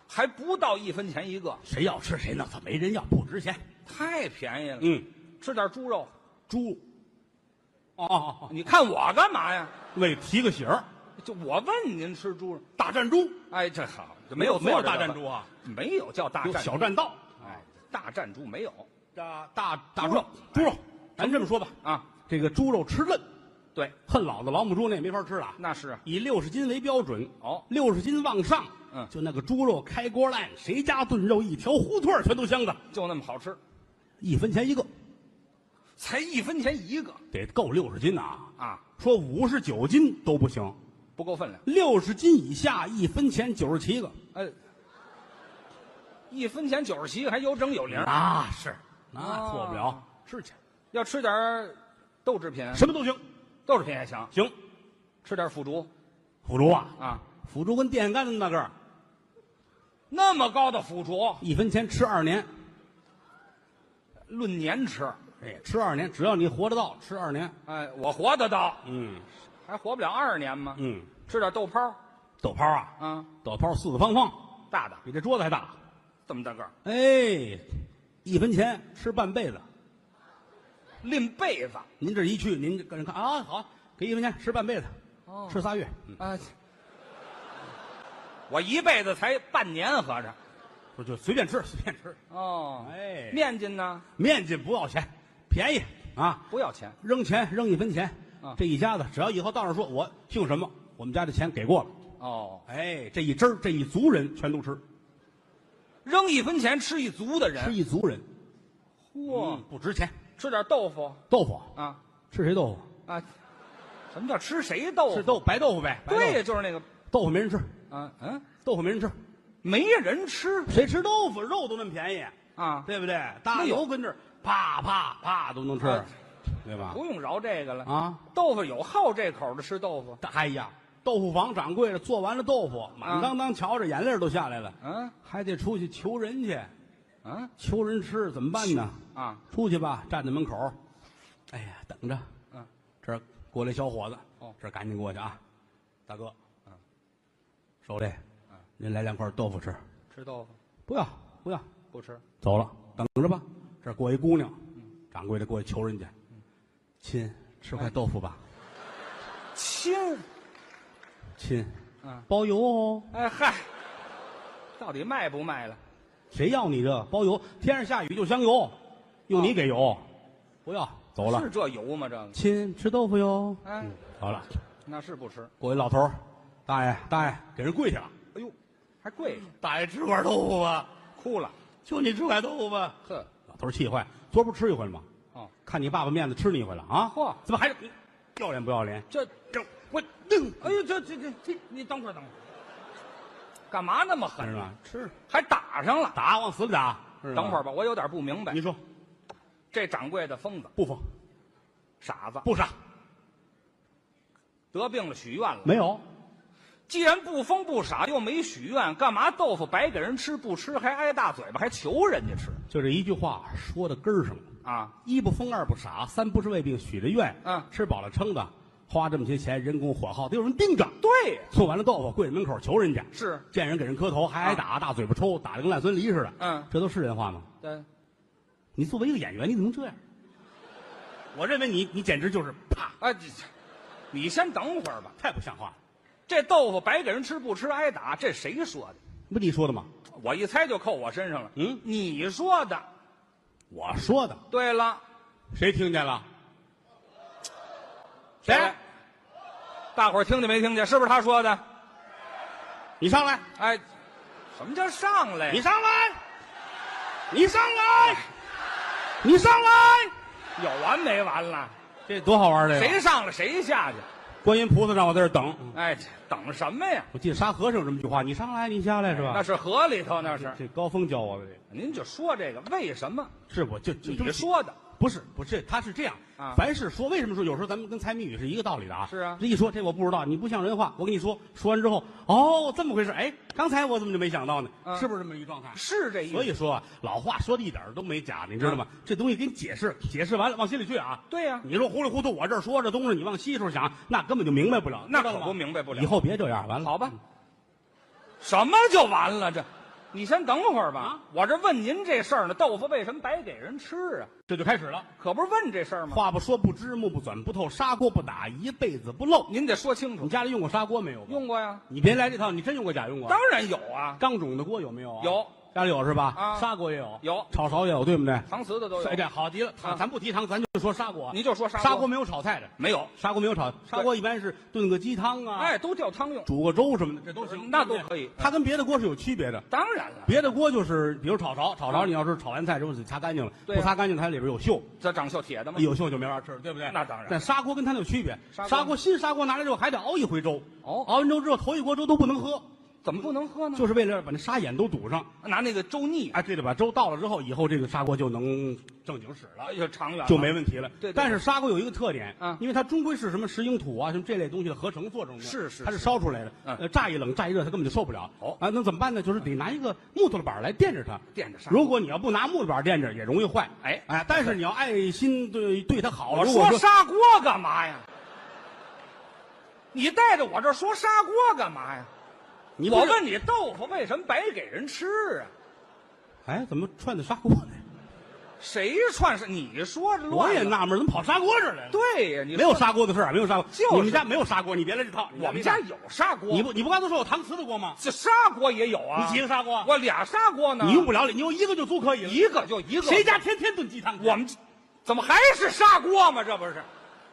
C: 还不到一分钱一个，
D: 谁要吃谁弄，他没人要，不值钱。
C: 太便宜了，
D: 嗯，
C: 吃点猪肉，
D: 猪，哦哦哦，
C: 你看我干嘛呀？
D: 为提个醒儿，
C: 就我问您吃猪肉，
D: 大战猪
C: 哎，这好，这
D: 没
C: 有
D: 没有
C: 坐着
D: 大
C: 的
D: 战
C: 吧
D: 猪，啊，
C: 没有叫大
D: 有
C: 战
D: 小
C: 猪，
D: 战道，
C: 哎，大战猪没有
D: 大大大
C: 猪
D: 猪肉
C: 肉，哎
D: 猪肉，咱这么说吧，
C: 啊，
D: 这个猪肉吃嫩，
C: 对，
D: 恨老的老母猪那也没法吃了啊。
C: 那是啊，
D: 以六十斤为标准，
C: 哦
D: 六十斤往上，
C: 嗯
D: 就那个猪肉开锅烂，谁家炖肉一条胡同儿全都香的，
C: 就那么好吃，
D: 一分钱一个，
C: 才一分钱一个
D: 得够六十斤啊！
C: 啊，
D: 说五十九斤都不行，
C: 不够分量，
D: 六十斤以下一分钱九十七个
C: 哎，一分钱九十七，还有整有零，
D: 那啊是那
C: 哦
D: 错不了，吃去
C: 要吃点儿豆制品，
D: 什么都行，
C: 豆制品也行，
D: 行，
C: 吃点腐竹
D: 腐竹啊，
C: 啊，
D: 腐竹跟电线杆子那个儿
C: 那么高的腐竹，
D: 一分钱吃二年，
C: 论年吃，
D: 哎，吃二年，只要你活得到，吃二年，
C: 哎，我活得到，
D: 嗯
C: 还活不了二十年吗？
D: 嗯，
C: 吃点豆泡儿
D: 豆泡啊，
C: 啊，
D: 豆泡四四方方，
C: 大的
D: 比这桌子还大。
C: 这么大个儿，
D: 哎，一分钱吃半辈子。
C: 拎被子。
D: 您这一去，您跟人看啊，好，给一分钱吃半辈子，
C: 哦
D: 吃仨月。嗯，
C: 啊，我一辈子才半年，合着。
D: 不就随便吃，随便吃。
C: 哦
D: 哎
C: 面筋呢？
D: 面筋不要钱，便宜啊，
C: 不要钱。
D: 扔钱扔一分钱
C: 啊。
D: 这一家子只要以后到那儿说我姓什么，我们家的钱给过了。
C: 哦，
D: 哎，这一支儿这一族人全都吃，
C: 扔一分钱吃一族的
D: 吃
C: 人，
D: 一族人，
C: 嚯、
D: 嗯不值钱。
C: 吃点豆腐
D: 豆腐
C: 啊
D: 吃谁豆腐？
C: 啊！什么叫吃谁豆腐？
D: 吃豆白豆腐呗。白
C: 对
D: 豆
C: 呀，
D: 腐，
C: 就是那个
D: 豆腐没人吃，
C: 啊嗯，
D: 豆腐没人吃，
C: 没人吃
D: 谁吃豆腐？肉都那么便宜。
C: 啊，
D: 对不对？大
C: 有
D: 油跟这儿啪啪啪都能吃，
C: 啊
D: 对吧？
C: 不用饶这个了
D: 啊，
C: 豆腐有好这口的吃豆腐，
D: 大哎呀，豆腐房掌柜的做完了豆腐，满
C: 啊
D: 当当瞧着，眼泪儿都下来了，
C: 嗯
D: 还得出去求人去，
C: 嗯
D: 求人吃怎么办呢？
C: 啊，
D: 出去吧，站在门口，哎呀，等着，
C: 嗯，
D: 这儿过来小伙子，
C: 哦
D: 这儿赶紧过去啊，大哥，
C: 嗯，
D: 手里，
C: 嗯，
D: 您来两块豆腐吃，
C: 吃豆腐
D: 不要不要，
C: 不吃，
D: 走了，等着吧。这儿过一姑娘，
C: 嗯
D: 掌柜的过去求人家，亲，吃
C: 哎
D: 块豆腐吧，
C: 亲，
D: 亲，
C: 嗯
D: 包邮哦。
C: 哎嗨，到底卖不卖了？
D: 谁要你这包邮？天上下雨就香油，用你给油，不要走了
C: 哦是。这油吗？这个，
D: 亲，吃豆腐哟。嗯
C: 哎，
D: 好了，
C: 那是不吃。
D: 过一老头儿，大爷，大爷，给人跪下了。
C: 哎呦，还跪下，
D: 大爷，吃块豆腐吧，
C: 哭了。
D: 就你吃块豆腐吧。
C: 呵，
D: 老头儿气坏，昨儿不吃一回了吗？
C: 哦，
D: 看你爸爸面子吃你一回了啊？
C: 嚯哎
D: 怎么还是要脸不要脸？
C: 这
D: 这我弄，
C: 哎呦，这这这这，你等会儿等会儿，干嘛那么
D: 看
C: 狠
D: 着
C: 啊？
D: 吗？吃，啊
C: 还打上了。
D: 打往死里打。
C: 等会儿吧，
D: 吧，
C: 我有点不明白
D: 你。说
C: 这掌柜的疯子、
D: 不疯
C: 傻子，
D: 不傻？
C: 得病了许愿了。
D: 没有，
C: 既然不疯不傻，又没许愿，干嘛豆腐白给人吃不吃，还挨大嘴巴，还求人家吃
D: 就这一句话说到根儿上了。
C: 啊？
D: 一不疯，二不傻，三不是胃病，许着愿，
C: 嗯
D: 吃饱了撑的，花这么些钱，人工火耗，得有人盯着。
C: 对，
D: 做完了豆腐，跪在门口求人家，
C: 是，
D: 见人给人磕头，还挨打，大嘴巴抽，打得跟烂孙梨似的。
C: 啊嗯
D: 这都是人话吗？
C: 对，
D: 你作为一个演员，你怎么能这样？我认为你，你简直就是啪，
C: 哎，这你先等会儿吧。
D: 太不像话了。
C: 这豆腐白给人吃不吃挨打，这谁说的？
D: 不你说的吗？
C: 我一猜就扣我身上了。
D: 嗯
C: 你说的。
D: 我说的，
C: 对了，
D: 谁听见了？
C: 谁？大伙儿听见没听见？是不是他说的？
A: 你上来，
C: 哎，什么叫上来？
A: 你上来，你上来，你上来，
C: 有完没完了？
D: 这多好玩儿！这个
C: 谁上来谁下去？
D: 观音菩萨让我在这儿等，
C: 哎，这等什么呀？
D: 我记得沙和尚有这么句话：“你上来，你下来，是吧？”
C: 那是河里头，那是。
D: 这高峰教我的这个，
C: 您就说这个为什么？
D: 是我就就这么
C: 你说的
D: 不是不是，他是这样
C: 啊
D: 凡是说，为什么说有时候咱们跟猜谜语是一个道理的啊？
C: 是啊
D: 这一说这我不知道，你不像人话。我跟你说，说完之后，哦，这么回事，哎，刚才我怎么就没想到呢？
C: 嗯
D: 是不是这么一状态？
C: 是这意思。
D: 所以说啊，老话说的一点儿都没假，你知道
C: 啊
D: 吗？这东西给你解释，解释完了往心里去啊。
C: 对呀
D: 你说糊里糊涂，我这儿说这东西，你往西处想，那根本就明白不了，
C: 那
D: 知道
C: 可
D: 吗
C: 不明白不了
D: 以后别这样，完了，
C: 好吧，什么就完了？这，你先等会儿吧。
D: 啊
C: 我这问您这事儿呢，豆腐为什么白给人吃啊？
D: 这就开始了。
C: 可不是问这事儿吗？
D: 话不说不知，目不转不透，砂锅不打一辈子不漏。
C: 您得说清楚
D: 你。家里用过砂锅没有？
C: 用。过呀，
D: 你别来这套，你真用过假用过？
C: 当然有啊，
D: 钢种的锅有没有啊？
C: 有，
D: 家里有是吧？
C: 啊
D: 砂锅也有，
C: 有
D: 炒勺也有，对不对？
C: 搪瓷的都有。
D: 哎，这好极了，
C: 啊
D: 咱咱不提汤，咱就说砂锅。
C: 你就说砂
D: 砂锅没有炒菜的，
C: 没有？
D: 砂锅没有炒，砂锅一般是炖个鸡汤啊，
C: 哎，，都吊汤用，
D: 煮个粥什么的，这都
C: 呃
D: 行，
C: 那
D: 对不对
C: 都可以
D: 它跟别的锅是有区别的。
C: 当然了，
D: 别的锅就是，比如炒勺，炒勺
C: 啊
D: 你要是炒完菜之后得擦干净了，不
C: 对呀啊
D: 擦干净它里边有锈，
C: 这长锈铁的吗？
D: 有锈就没法吃了，对不对？
C: 那当然
D: 但砂锅跟它有区别，
C: 砂锅
D: 砂锅新砂锅拿来之后还得熬一回粥，
C: 哦
D: 熬完粥之后头一锅粥都不能喝，
C: 怎么不能喝呢？
D: 就是为了把那砂眼都堵上。
C: 拿那个粥腻，
D: 哎，对了，把粥倒了之后，以后这个砂锅就能正经使了，
C: 哎呦，长远了
D: 就没问题了。
C: 对对
D: 但是砂锅有一个特点，
C: 啊
D: 因为它终归是什么石英土啊，什么这类东西的合成做成的，
C: 是是
D: 它是烧出来的。
C: 嗯
D: 呃，乍一冷乍一热，它根本就受不了。
C: 哦
D: 啊，那怎么办呢？就是得拿一个木头的板儿来垫着它。
C: 垫着砂锅。
D: 如果你要不拿木头板儿垫着，也容易坏。
C: 哎
D: 哎，但是你要爱心对对它好。啊
C: 我
D: 如果
C: 说砂锅干嘛呀？你带着我这说砂锅干嘛呀？
D: 你不
C: 我
D: 是，
C: 问你，豆腐为什么白给人吃啊？
D: 哎，怎么串的砂锅呢？
C: 谁串是？你说这
D: 我
C: 乱
D: 也
C: 了。
D: 纳闷儿，怎么跑砂锅这儿来了？
C: 对呀，你
D: 没有
C: 说，
D: 砂锅的事儿，啊没有砂锅。
C: 就是
D: 你们家没有砂锅，你别来这套。你
C: 我们家
D: 没
C: 有砂锅，
D: 你不你不刚才说有搪瓷的锅吗？
C: 这砂锅也有啊？
D: 你几个砂锅？
C: 我俩砂锅呢。
D: 你用不了，你用一个就足可以了。
C: 一个就一个。
D: 谁？家天天炖鸡汤？
C: 我们怎么还是砂锅嘛？这不是？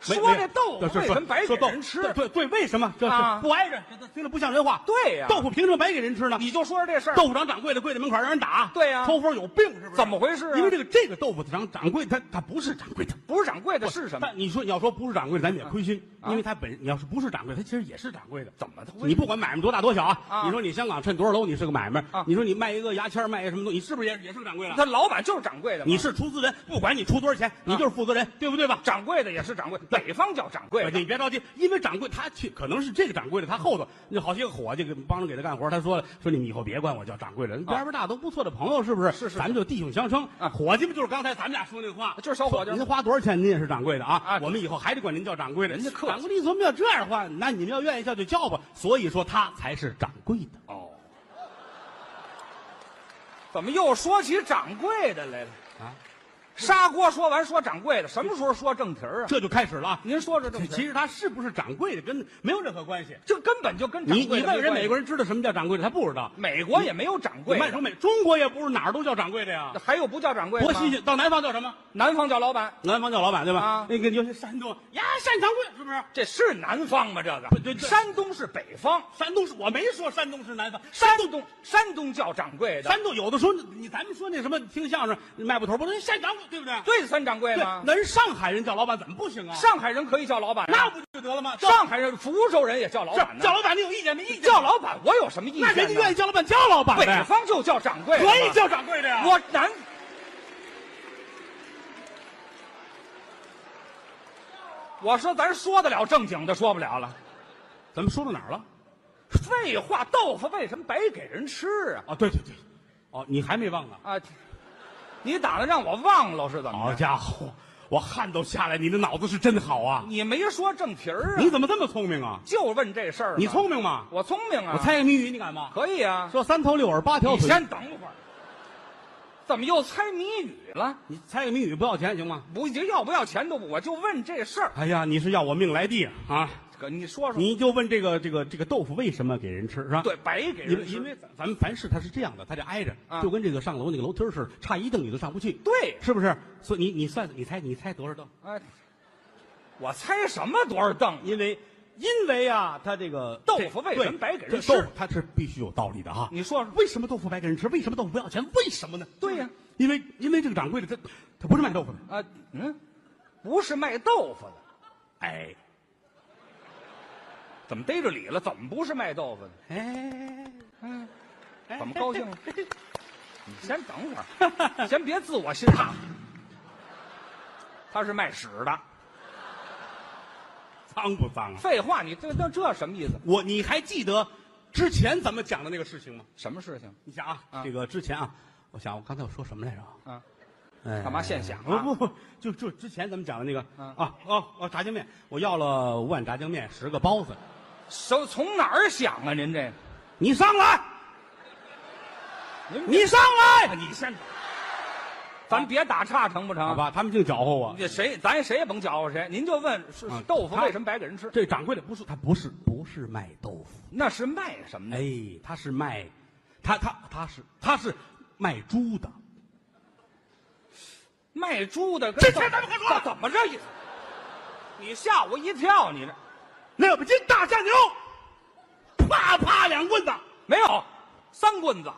D: 没
C: 说这豆
D: 没
C: 腐
D: 是
C: 为
D: 说
C: 什么白给
D: 说豆
C: 人吃？
D: 对对对，为什么？这
C: 啊
D: 是不挨着，这这听着不像人话。
C: 对呀
D: 豆腐凭什么白给人吃呢？
C: 你就说说这事儿，
D: 豆腐厂掌柜的跪在门口让人打，
C: 对呀
D: 抽风有病是不是？
C: 怎么回事啊
D: 因为这个这个豆腐厂掌柜他他不是掌柜的。
C: 不是掌柜的是什么？
D: 但你说你要说不是掌柜的，咱们也亏心，
C: 啊
D: 因为他本你要是不是掌柜，他其实也是掌柜的。
C: 怎么他会？
D: 你不管买卖多大多小啊
C: 啊，
D: 你说你香港趁多少楼，你是个买卖
C: 啊。
D: 你说你卖一个牙签儿卖一个什么东西，你是不是也也是个掌柜的？
C: 他老板就是掌柜的嘛，
D: 你是出资人，不管你出多少钱，你就是负责人，对不对吧？
C: 掌柜的也是掌柜，北方叫掌柜
D: 对，
C: 的
D: 你别着急，因为掌柜他去可能是这个掌柜的，他后头那好些个伙计给帮着给他干活，他说了，说你们以后别管我叫掌柜了，边边大都不错的朋友，是不是？
C: 啊是是
D: 咱们就弟兄相称。
C: 啊
D: 伙计们就是刚才咱们俩说那个话，
C: 就是小伙计
D: 说您花多少钱，您也是掌柜的啊。
C: 啊
D: 我们以后还得管您叫掌柜的。
C: 人家客气
D: 掌柜的一琢磨要这样的话，那你们要愿意叫就叫吧。所以说他才是掌柜的。
C: 哦。怎么又说起掌柜的来了？
D: 啊
C: 啊，砂锅说完说掌柜的，什么时候说正题儿啊？
D: 这就开始了啊。
C: 您说说正
D: 其
C: 题儿，
D: 实他是不是掌柜的跟没有任何关系。
C: 这根本就跟掌
D: 你你
C: 柜的
D: 问
C: 没
D: 人
C: 关系
D: 美国人知道什么叫掌柜的，他不知道。
C: 美国也没有掌柜
D: 卖说
C: 的，
D: 美，中国也不是哪儿都叫掌柜的呀，
C: 还有不叫掌柜的
D: 多
C: 吗
D: 新！鲜！到南方叫什么？
C: 南方叫老板，
D: 南方叫老板对吧？
C: 啊
D: 那个尤其山东呀，山掌柜是不是？
C: 这是南方吗？这个
D: 不对对
C: 山东是北方，
D: 山东是我没说山东是南方，
C: 山东山东叫掌柜的，
D: 山东有的时候你咱们说那什么听相声卖布头不是山掌柜对不对？
C: 对三掌柜吗？
D: 那人上海人叫老板怎么不行啊？
C: 上海人可以叫老板啊，
D: 那不就得了吗？叫
C: 上海人、福州人也叫老板
D: 这
C: 呢。
D: 叫老板你有意见没意见？
C: 叫老板，我有什么意见呢？
D: 那人家愿意叫老板叫老板
C: 北
D: 呗，
C: 方就叫掌柜的嘛，
D: 可以叫掌柜的呀。
C: 我南。我说咱说得了正经的，说不了了。
D: 咱们说到哪儿了？
C: 废话，豆腐为什么白给人吃啊？
D: 啊，对对对，哦，你还没忘呢。
C: 啊，你打算让我忘了是怎么
D: 好
C: 着？
D: 家伙，我汗都下来，你的脑子是真好啊！
C: 你没说正题儿啊
D: 你？怎么这么聪明啊？
C: 就问这事儿。
D: 你聪？明吗？
C: 我聪明啊！
D: 我猜个谜语，你敢吗？
C: 可以啊。
D: 说三头六耳八条
C: 你
D: 腿，
C: 先等会儿，怎么又猜谜语了？
D: 你猜个谜语不要钱行吗？
C: 不，这要不要钱都不，我就问这事儿。
D: 哎呀，你是要我命来地啊！
C: 可你说说，
D: 你就问这个这个这个豆腐为什么给人吃是吧？
C: 对，白给
D: 因为
C: 人吃
D: 因为咱咱们凡事它是这样的，它得挨着，
C: 啊
D: 就跟这个上楼那个楼梯儿似的，差一蹬你都上不去，
C: 对，
D: 是不是？所以你你算你猜你猜多少蹬？
C: 哎，我猜什么多少凳？
D: 因为
E: 因为啊，他这个
C: 豆腐为什么
D: 对
C: 白给人
D: 这
C: 吃
D: 豆腐？它是必须有道理的哈。啊
C: 你说说，
D: 为什么豆腐白给人吃？为什么豆腐不要钱？为什么呢？
C: 对呀
D: 因为因为这个掌柜的他他不是卖豆腐的，
C: 啊，嗯，不是卖豆腐的，
D: 哎
C: 怎么逮着理了？怎么不是卖豆腐的？
D: 哎，
C: 嗯，怎么高兴 了？你先等会儿，先别自我欣赏。他是卖屎的，
D: 脏不脏啊？
C: 废话，你这这这什么意思？
D: 我你还记得之前咱们讲的那个事情吗？
C: 什么事情？
D: 你想啊，
C: 啊
D: 这个之前啊，我想我刚才我说什么来着啊？
C: 啊，
D: 哎
C: 干嘛现想啊
D: 不不不，就就之前咱们讲的那个
C: 嗯
D: 啊哦哦炸酱面，我要了五碗炸酱面，十个包子，
C: 手从哪儿想啊？您这，
D: 你上来，
C: 您啊
D: 你上来，
C: 你先，咱别打岔成不成？
D: 好吧？他们净搅和我。
C: 这谁咱谁也甭搅和谁，您就问是
D: 啊
C: 豆腐
D: 他
C: 为什么白给人吃？
D: 这掌柜的不是他不是不是卖豆腐，
C: 那是卖什么的？
D: 哎，他是卖，他他他是他是卖猪的。
C: 卖猪的跟
D: 这
C: 豆
D: 钱咱们可说了
C: 怎么着也？你吓我一跳！你这
D: 两斤大酱牛，啪啪两棍子，
C: 没有三棍子，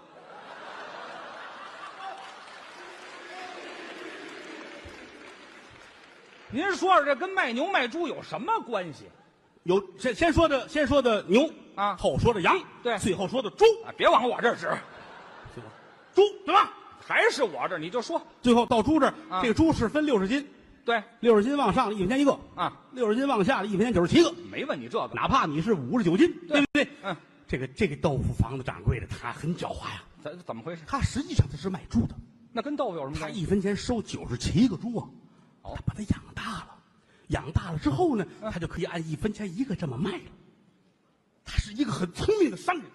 C: 您说说这跟卖牛卖猪有什么关系？
D: 有先先说的先说的牛
C: 啊
D: 后说的羊，
C: 对
D: 最后说的猪，
C: 啊，别往我这儿指，
D: 最后猪对吧？
C: 还是我这儿，你就说
D: 最后到猪这儿，
C: 啊
D: 这个猪是分六十斤，
C: 对
D: 六十斤往上一分钱一个，
C: 啊，
D: 六十斤往下的一分钱九十七个，
C: 没问你这个，
D: 哪怕你是五十九斤，
C: 对
D: 对不对？
C: 嗯，
D: 这个这个豆腐房子掌柜的他很狡猾呀，
C: 怎怎么回事？
D: 他实际上他是卖猪的，
C: 那跟豆腐有什么
D: 他
C: 关系？
D: 一分钱收九十七个猪啊，
C: 哦
D: 他把它养大了，养大了之后呢，他就可以按一分钱一个这么卖了。他是一个很聪明的商人，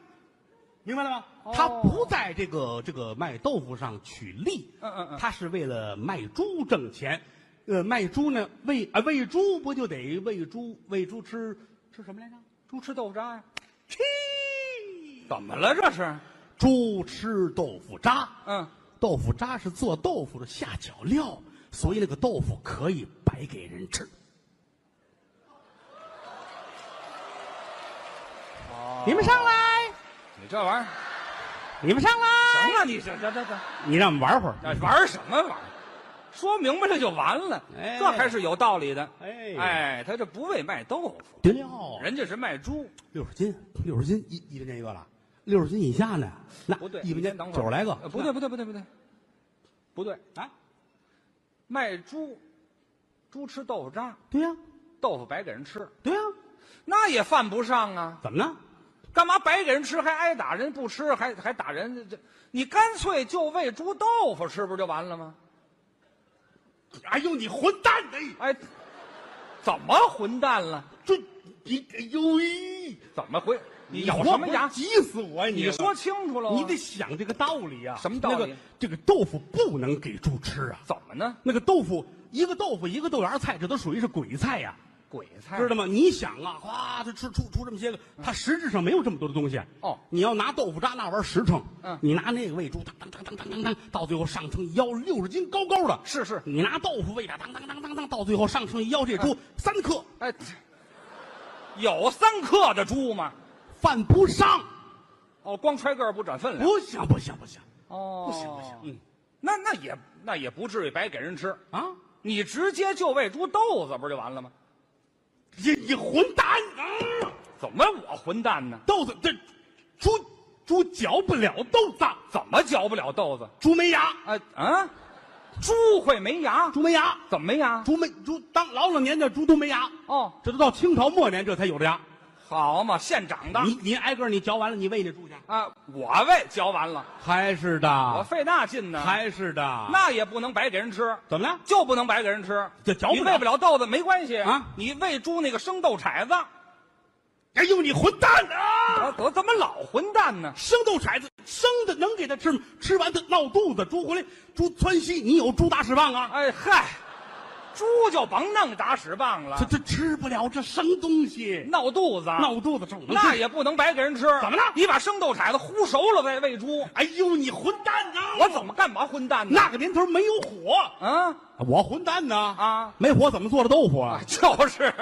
D: 明白了吗？
C: 哦
D: 他不在这个这个卖豆腐上取利，
C: 嗯嗯嗯
D: 他是为了卖猪挣钱。呃，卖猪呢，喂啊喂猪不就得喂猪喂猪吃吃什么来着？
C: 猪吃豆腐渣呀、
D: 吃
C: 怎么了这是？
D: 猪吃豆腐渣。
C: 嗯，
D: 豆腐渣是做豆腐的下脚料，所以那个豆腐可以白给人吃。你们上来，
C: 你这玩意儿
D: 你们上来，
C: 行了，你这这这这
D: 你让我们玩会儿。
C: 这玩什么玩意儿？说明白了就完了，
D: 哎
C: 这还是有道理的。
D: 哎哦
C: 哎，他这不为卖豆腐，
D: 对了，
C: 人家是卖猪。
D: 六十斤，六十斤一一分钱一个了，六十斤以下呢？那
C: 不对，
D: 一分
C: 你先
D: 钱
C: 等会儿
D: 九十来个
C: 呃，不对，不对，不对，不对，不对啊！卖猪，猪吃豆腐渣，
D: 对呀、
C: 豆腐白给人吃，
D: 对呀、
C: 那也犯不上啊。
D: 怎么呢？
C: 干嘛白给人吃还挨打？人不吃还还打人？这你干脆就喂猪豆腐吃不就完了吗？
D: 哎呦，你混蛋哎！
C: 哎，怎么混蛋了？
D: 这你哎呦喂，
C: 怎么回？你咬
D: 咬
C: 什
D: 什
C: 么
D: 么
C: 牙
D: 牙？？急死我呀！啊
C: 你说清楚了，
D: 你得想这个道理啊，
C: 什么道理
D: 那个这个豆腐不能给猪吃啊，
C: 怎么呢？
D: 那个豆腐一个豆腐一个豆芽菜，这都属于是鬼菜呀、
C: 鬼菜
D: 知道吗？你想啊，哗，它吃出出这么些个，它实质上没有这么多的东西。
C: 嗯哦
D: 你要拿豆腐渣那玩意儿实诚，
C: 嗯
D: 你拿那个喂猪，当当当当当当当，到最后上称一腰六十斤高高的，
C: 是是
D: 你拿豆腐喂它，当当当当当，到最后上称一腰这
C: 嗯
D: 猪、三克
C: 哎，有三克的猪吗？
D: 犯不上，
C: 哦，光揣个儿不转分量。
D: 不行不行不行
C: 哦，
D: 不行不行，嗯
C: 那那也那也不至于白给人吃，
D: 啊，
C: 你直接就喂猪豆子不就完了吗？
D: 你你混蛋啊！
C: 怎么我混蛋呢？
D: 豆子这猪猪嚼不了豆子，
C: 怎么嚼不了豆子？
D: 猪没牙，
C: 哎啊，猪会没牙？
D: 猪没牙，
C: 怎么没牙？
D: 猪没猪当老老年间猪都没牙，
C: 哦，
D: 这都到清朝末年这才有的牙。
C: 好嘛，现长的
D: 你你挨个儿你嚼完了，你喂那猪去？
C: 啊！我喂嚼完了，
D: 还是
C: 我
D: 的，
C: 费那劲呢，
D: 还是的。
C: 那也不能白给人吃，
D: 怎么了？
C: 就不能白给人吃。
D: 这嚼不
C: 你
D: 了
C: 喂不了豆子没关系
D: 啊
C: 你喂猪那个生豆铲子，
D: 哎呦，你混蛋啊！
C: 我我怎么老混蛋呢？
D: 生豆铲子生的能给它吃吗？吃完它闹肚子，猪回来猪窜稀，你有猪大屎棒啊？
C: 哎嗨，猪就甭弄打屎棒了
D: 这，这吃不了这生东西，
C: 闹肚子，
D: 闹肚子这我能
C: 那
D: 吃
C: 也不能白给人吃。
D: 怎么了
C: 你把生豆铲子烀熟了喂喂猪，
D: 哎呦，你混蛋啊！
C: 我怎么干嘛混蛋呢？
D: 那个年头没有火，
C: 啊
D: 我混蛋呢
C: 啊
D: 没火怎么做的豆腐啊？
C: 就是，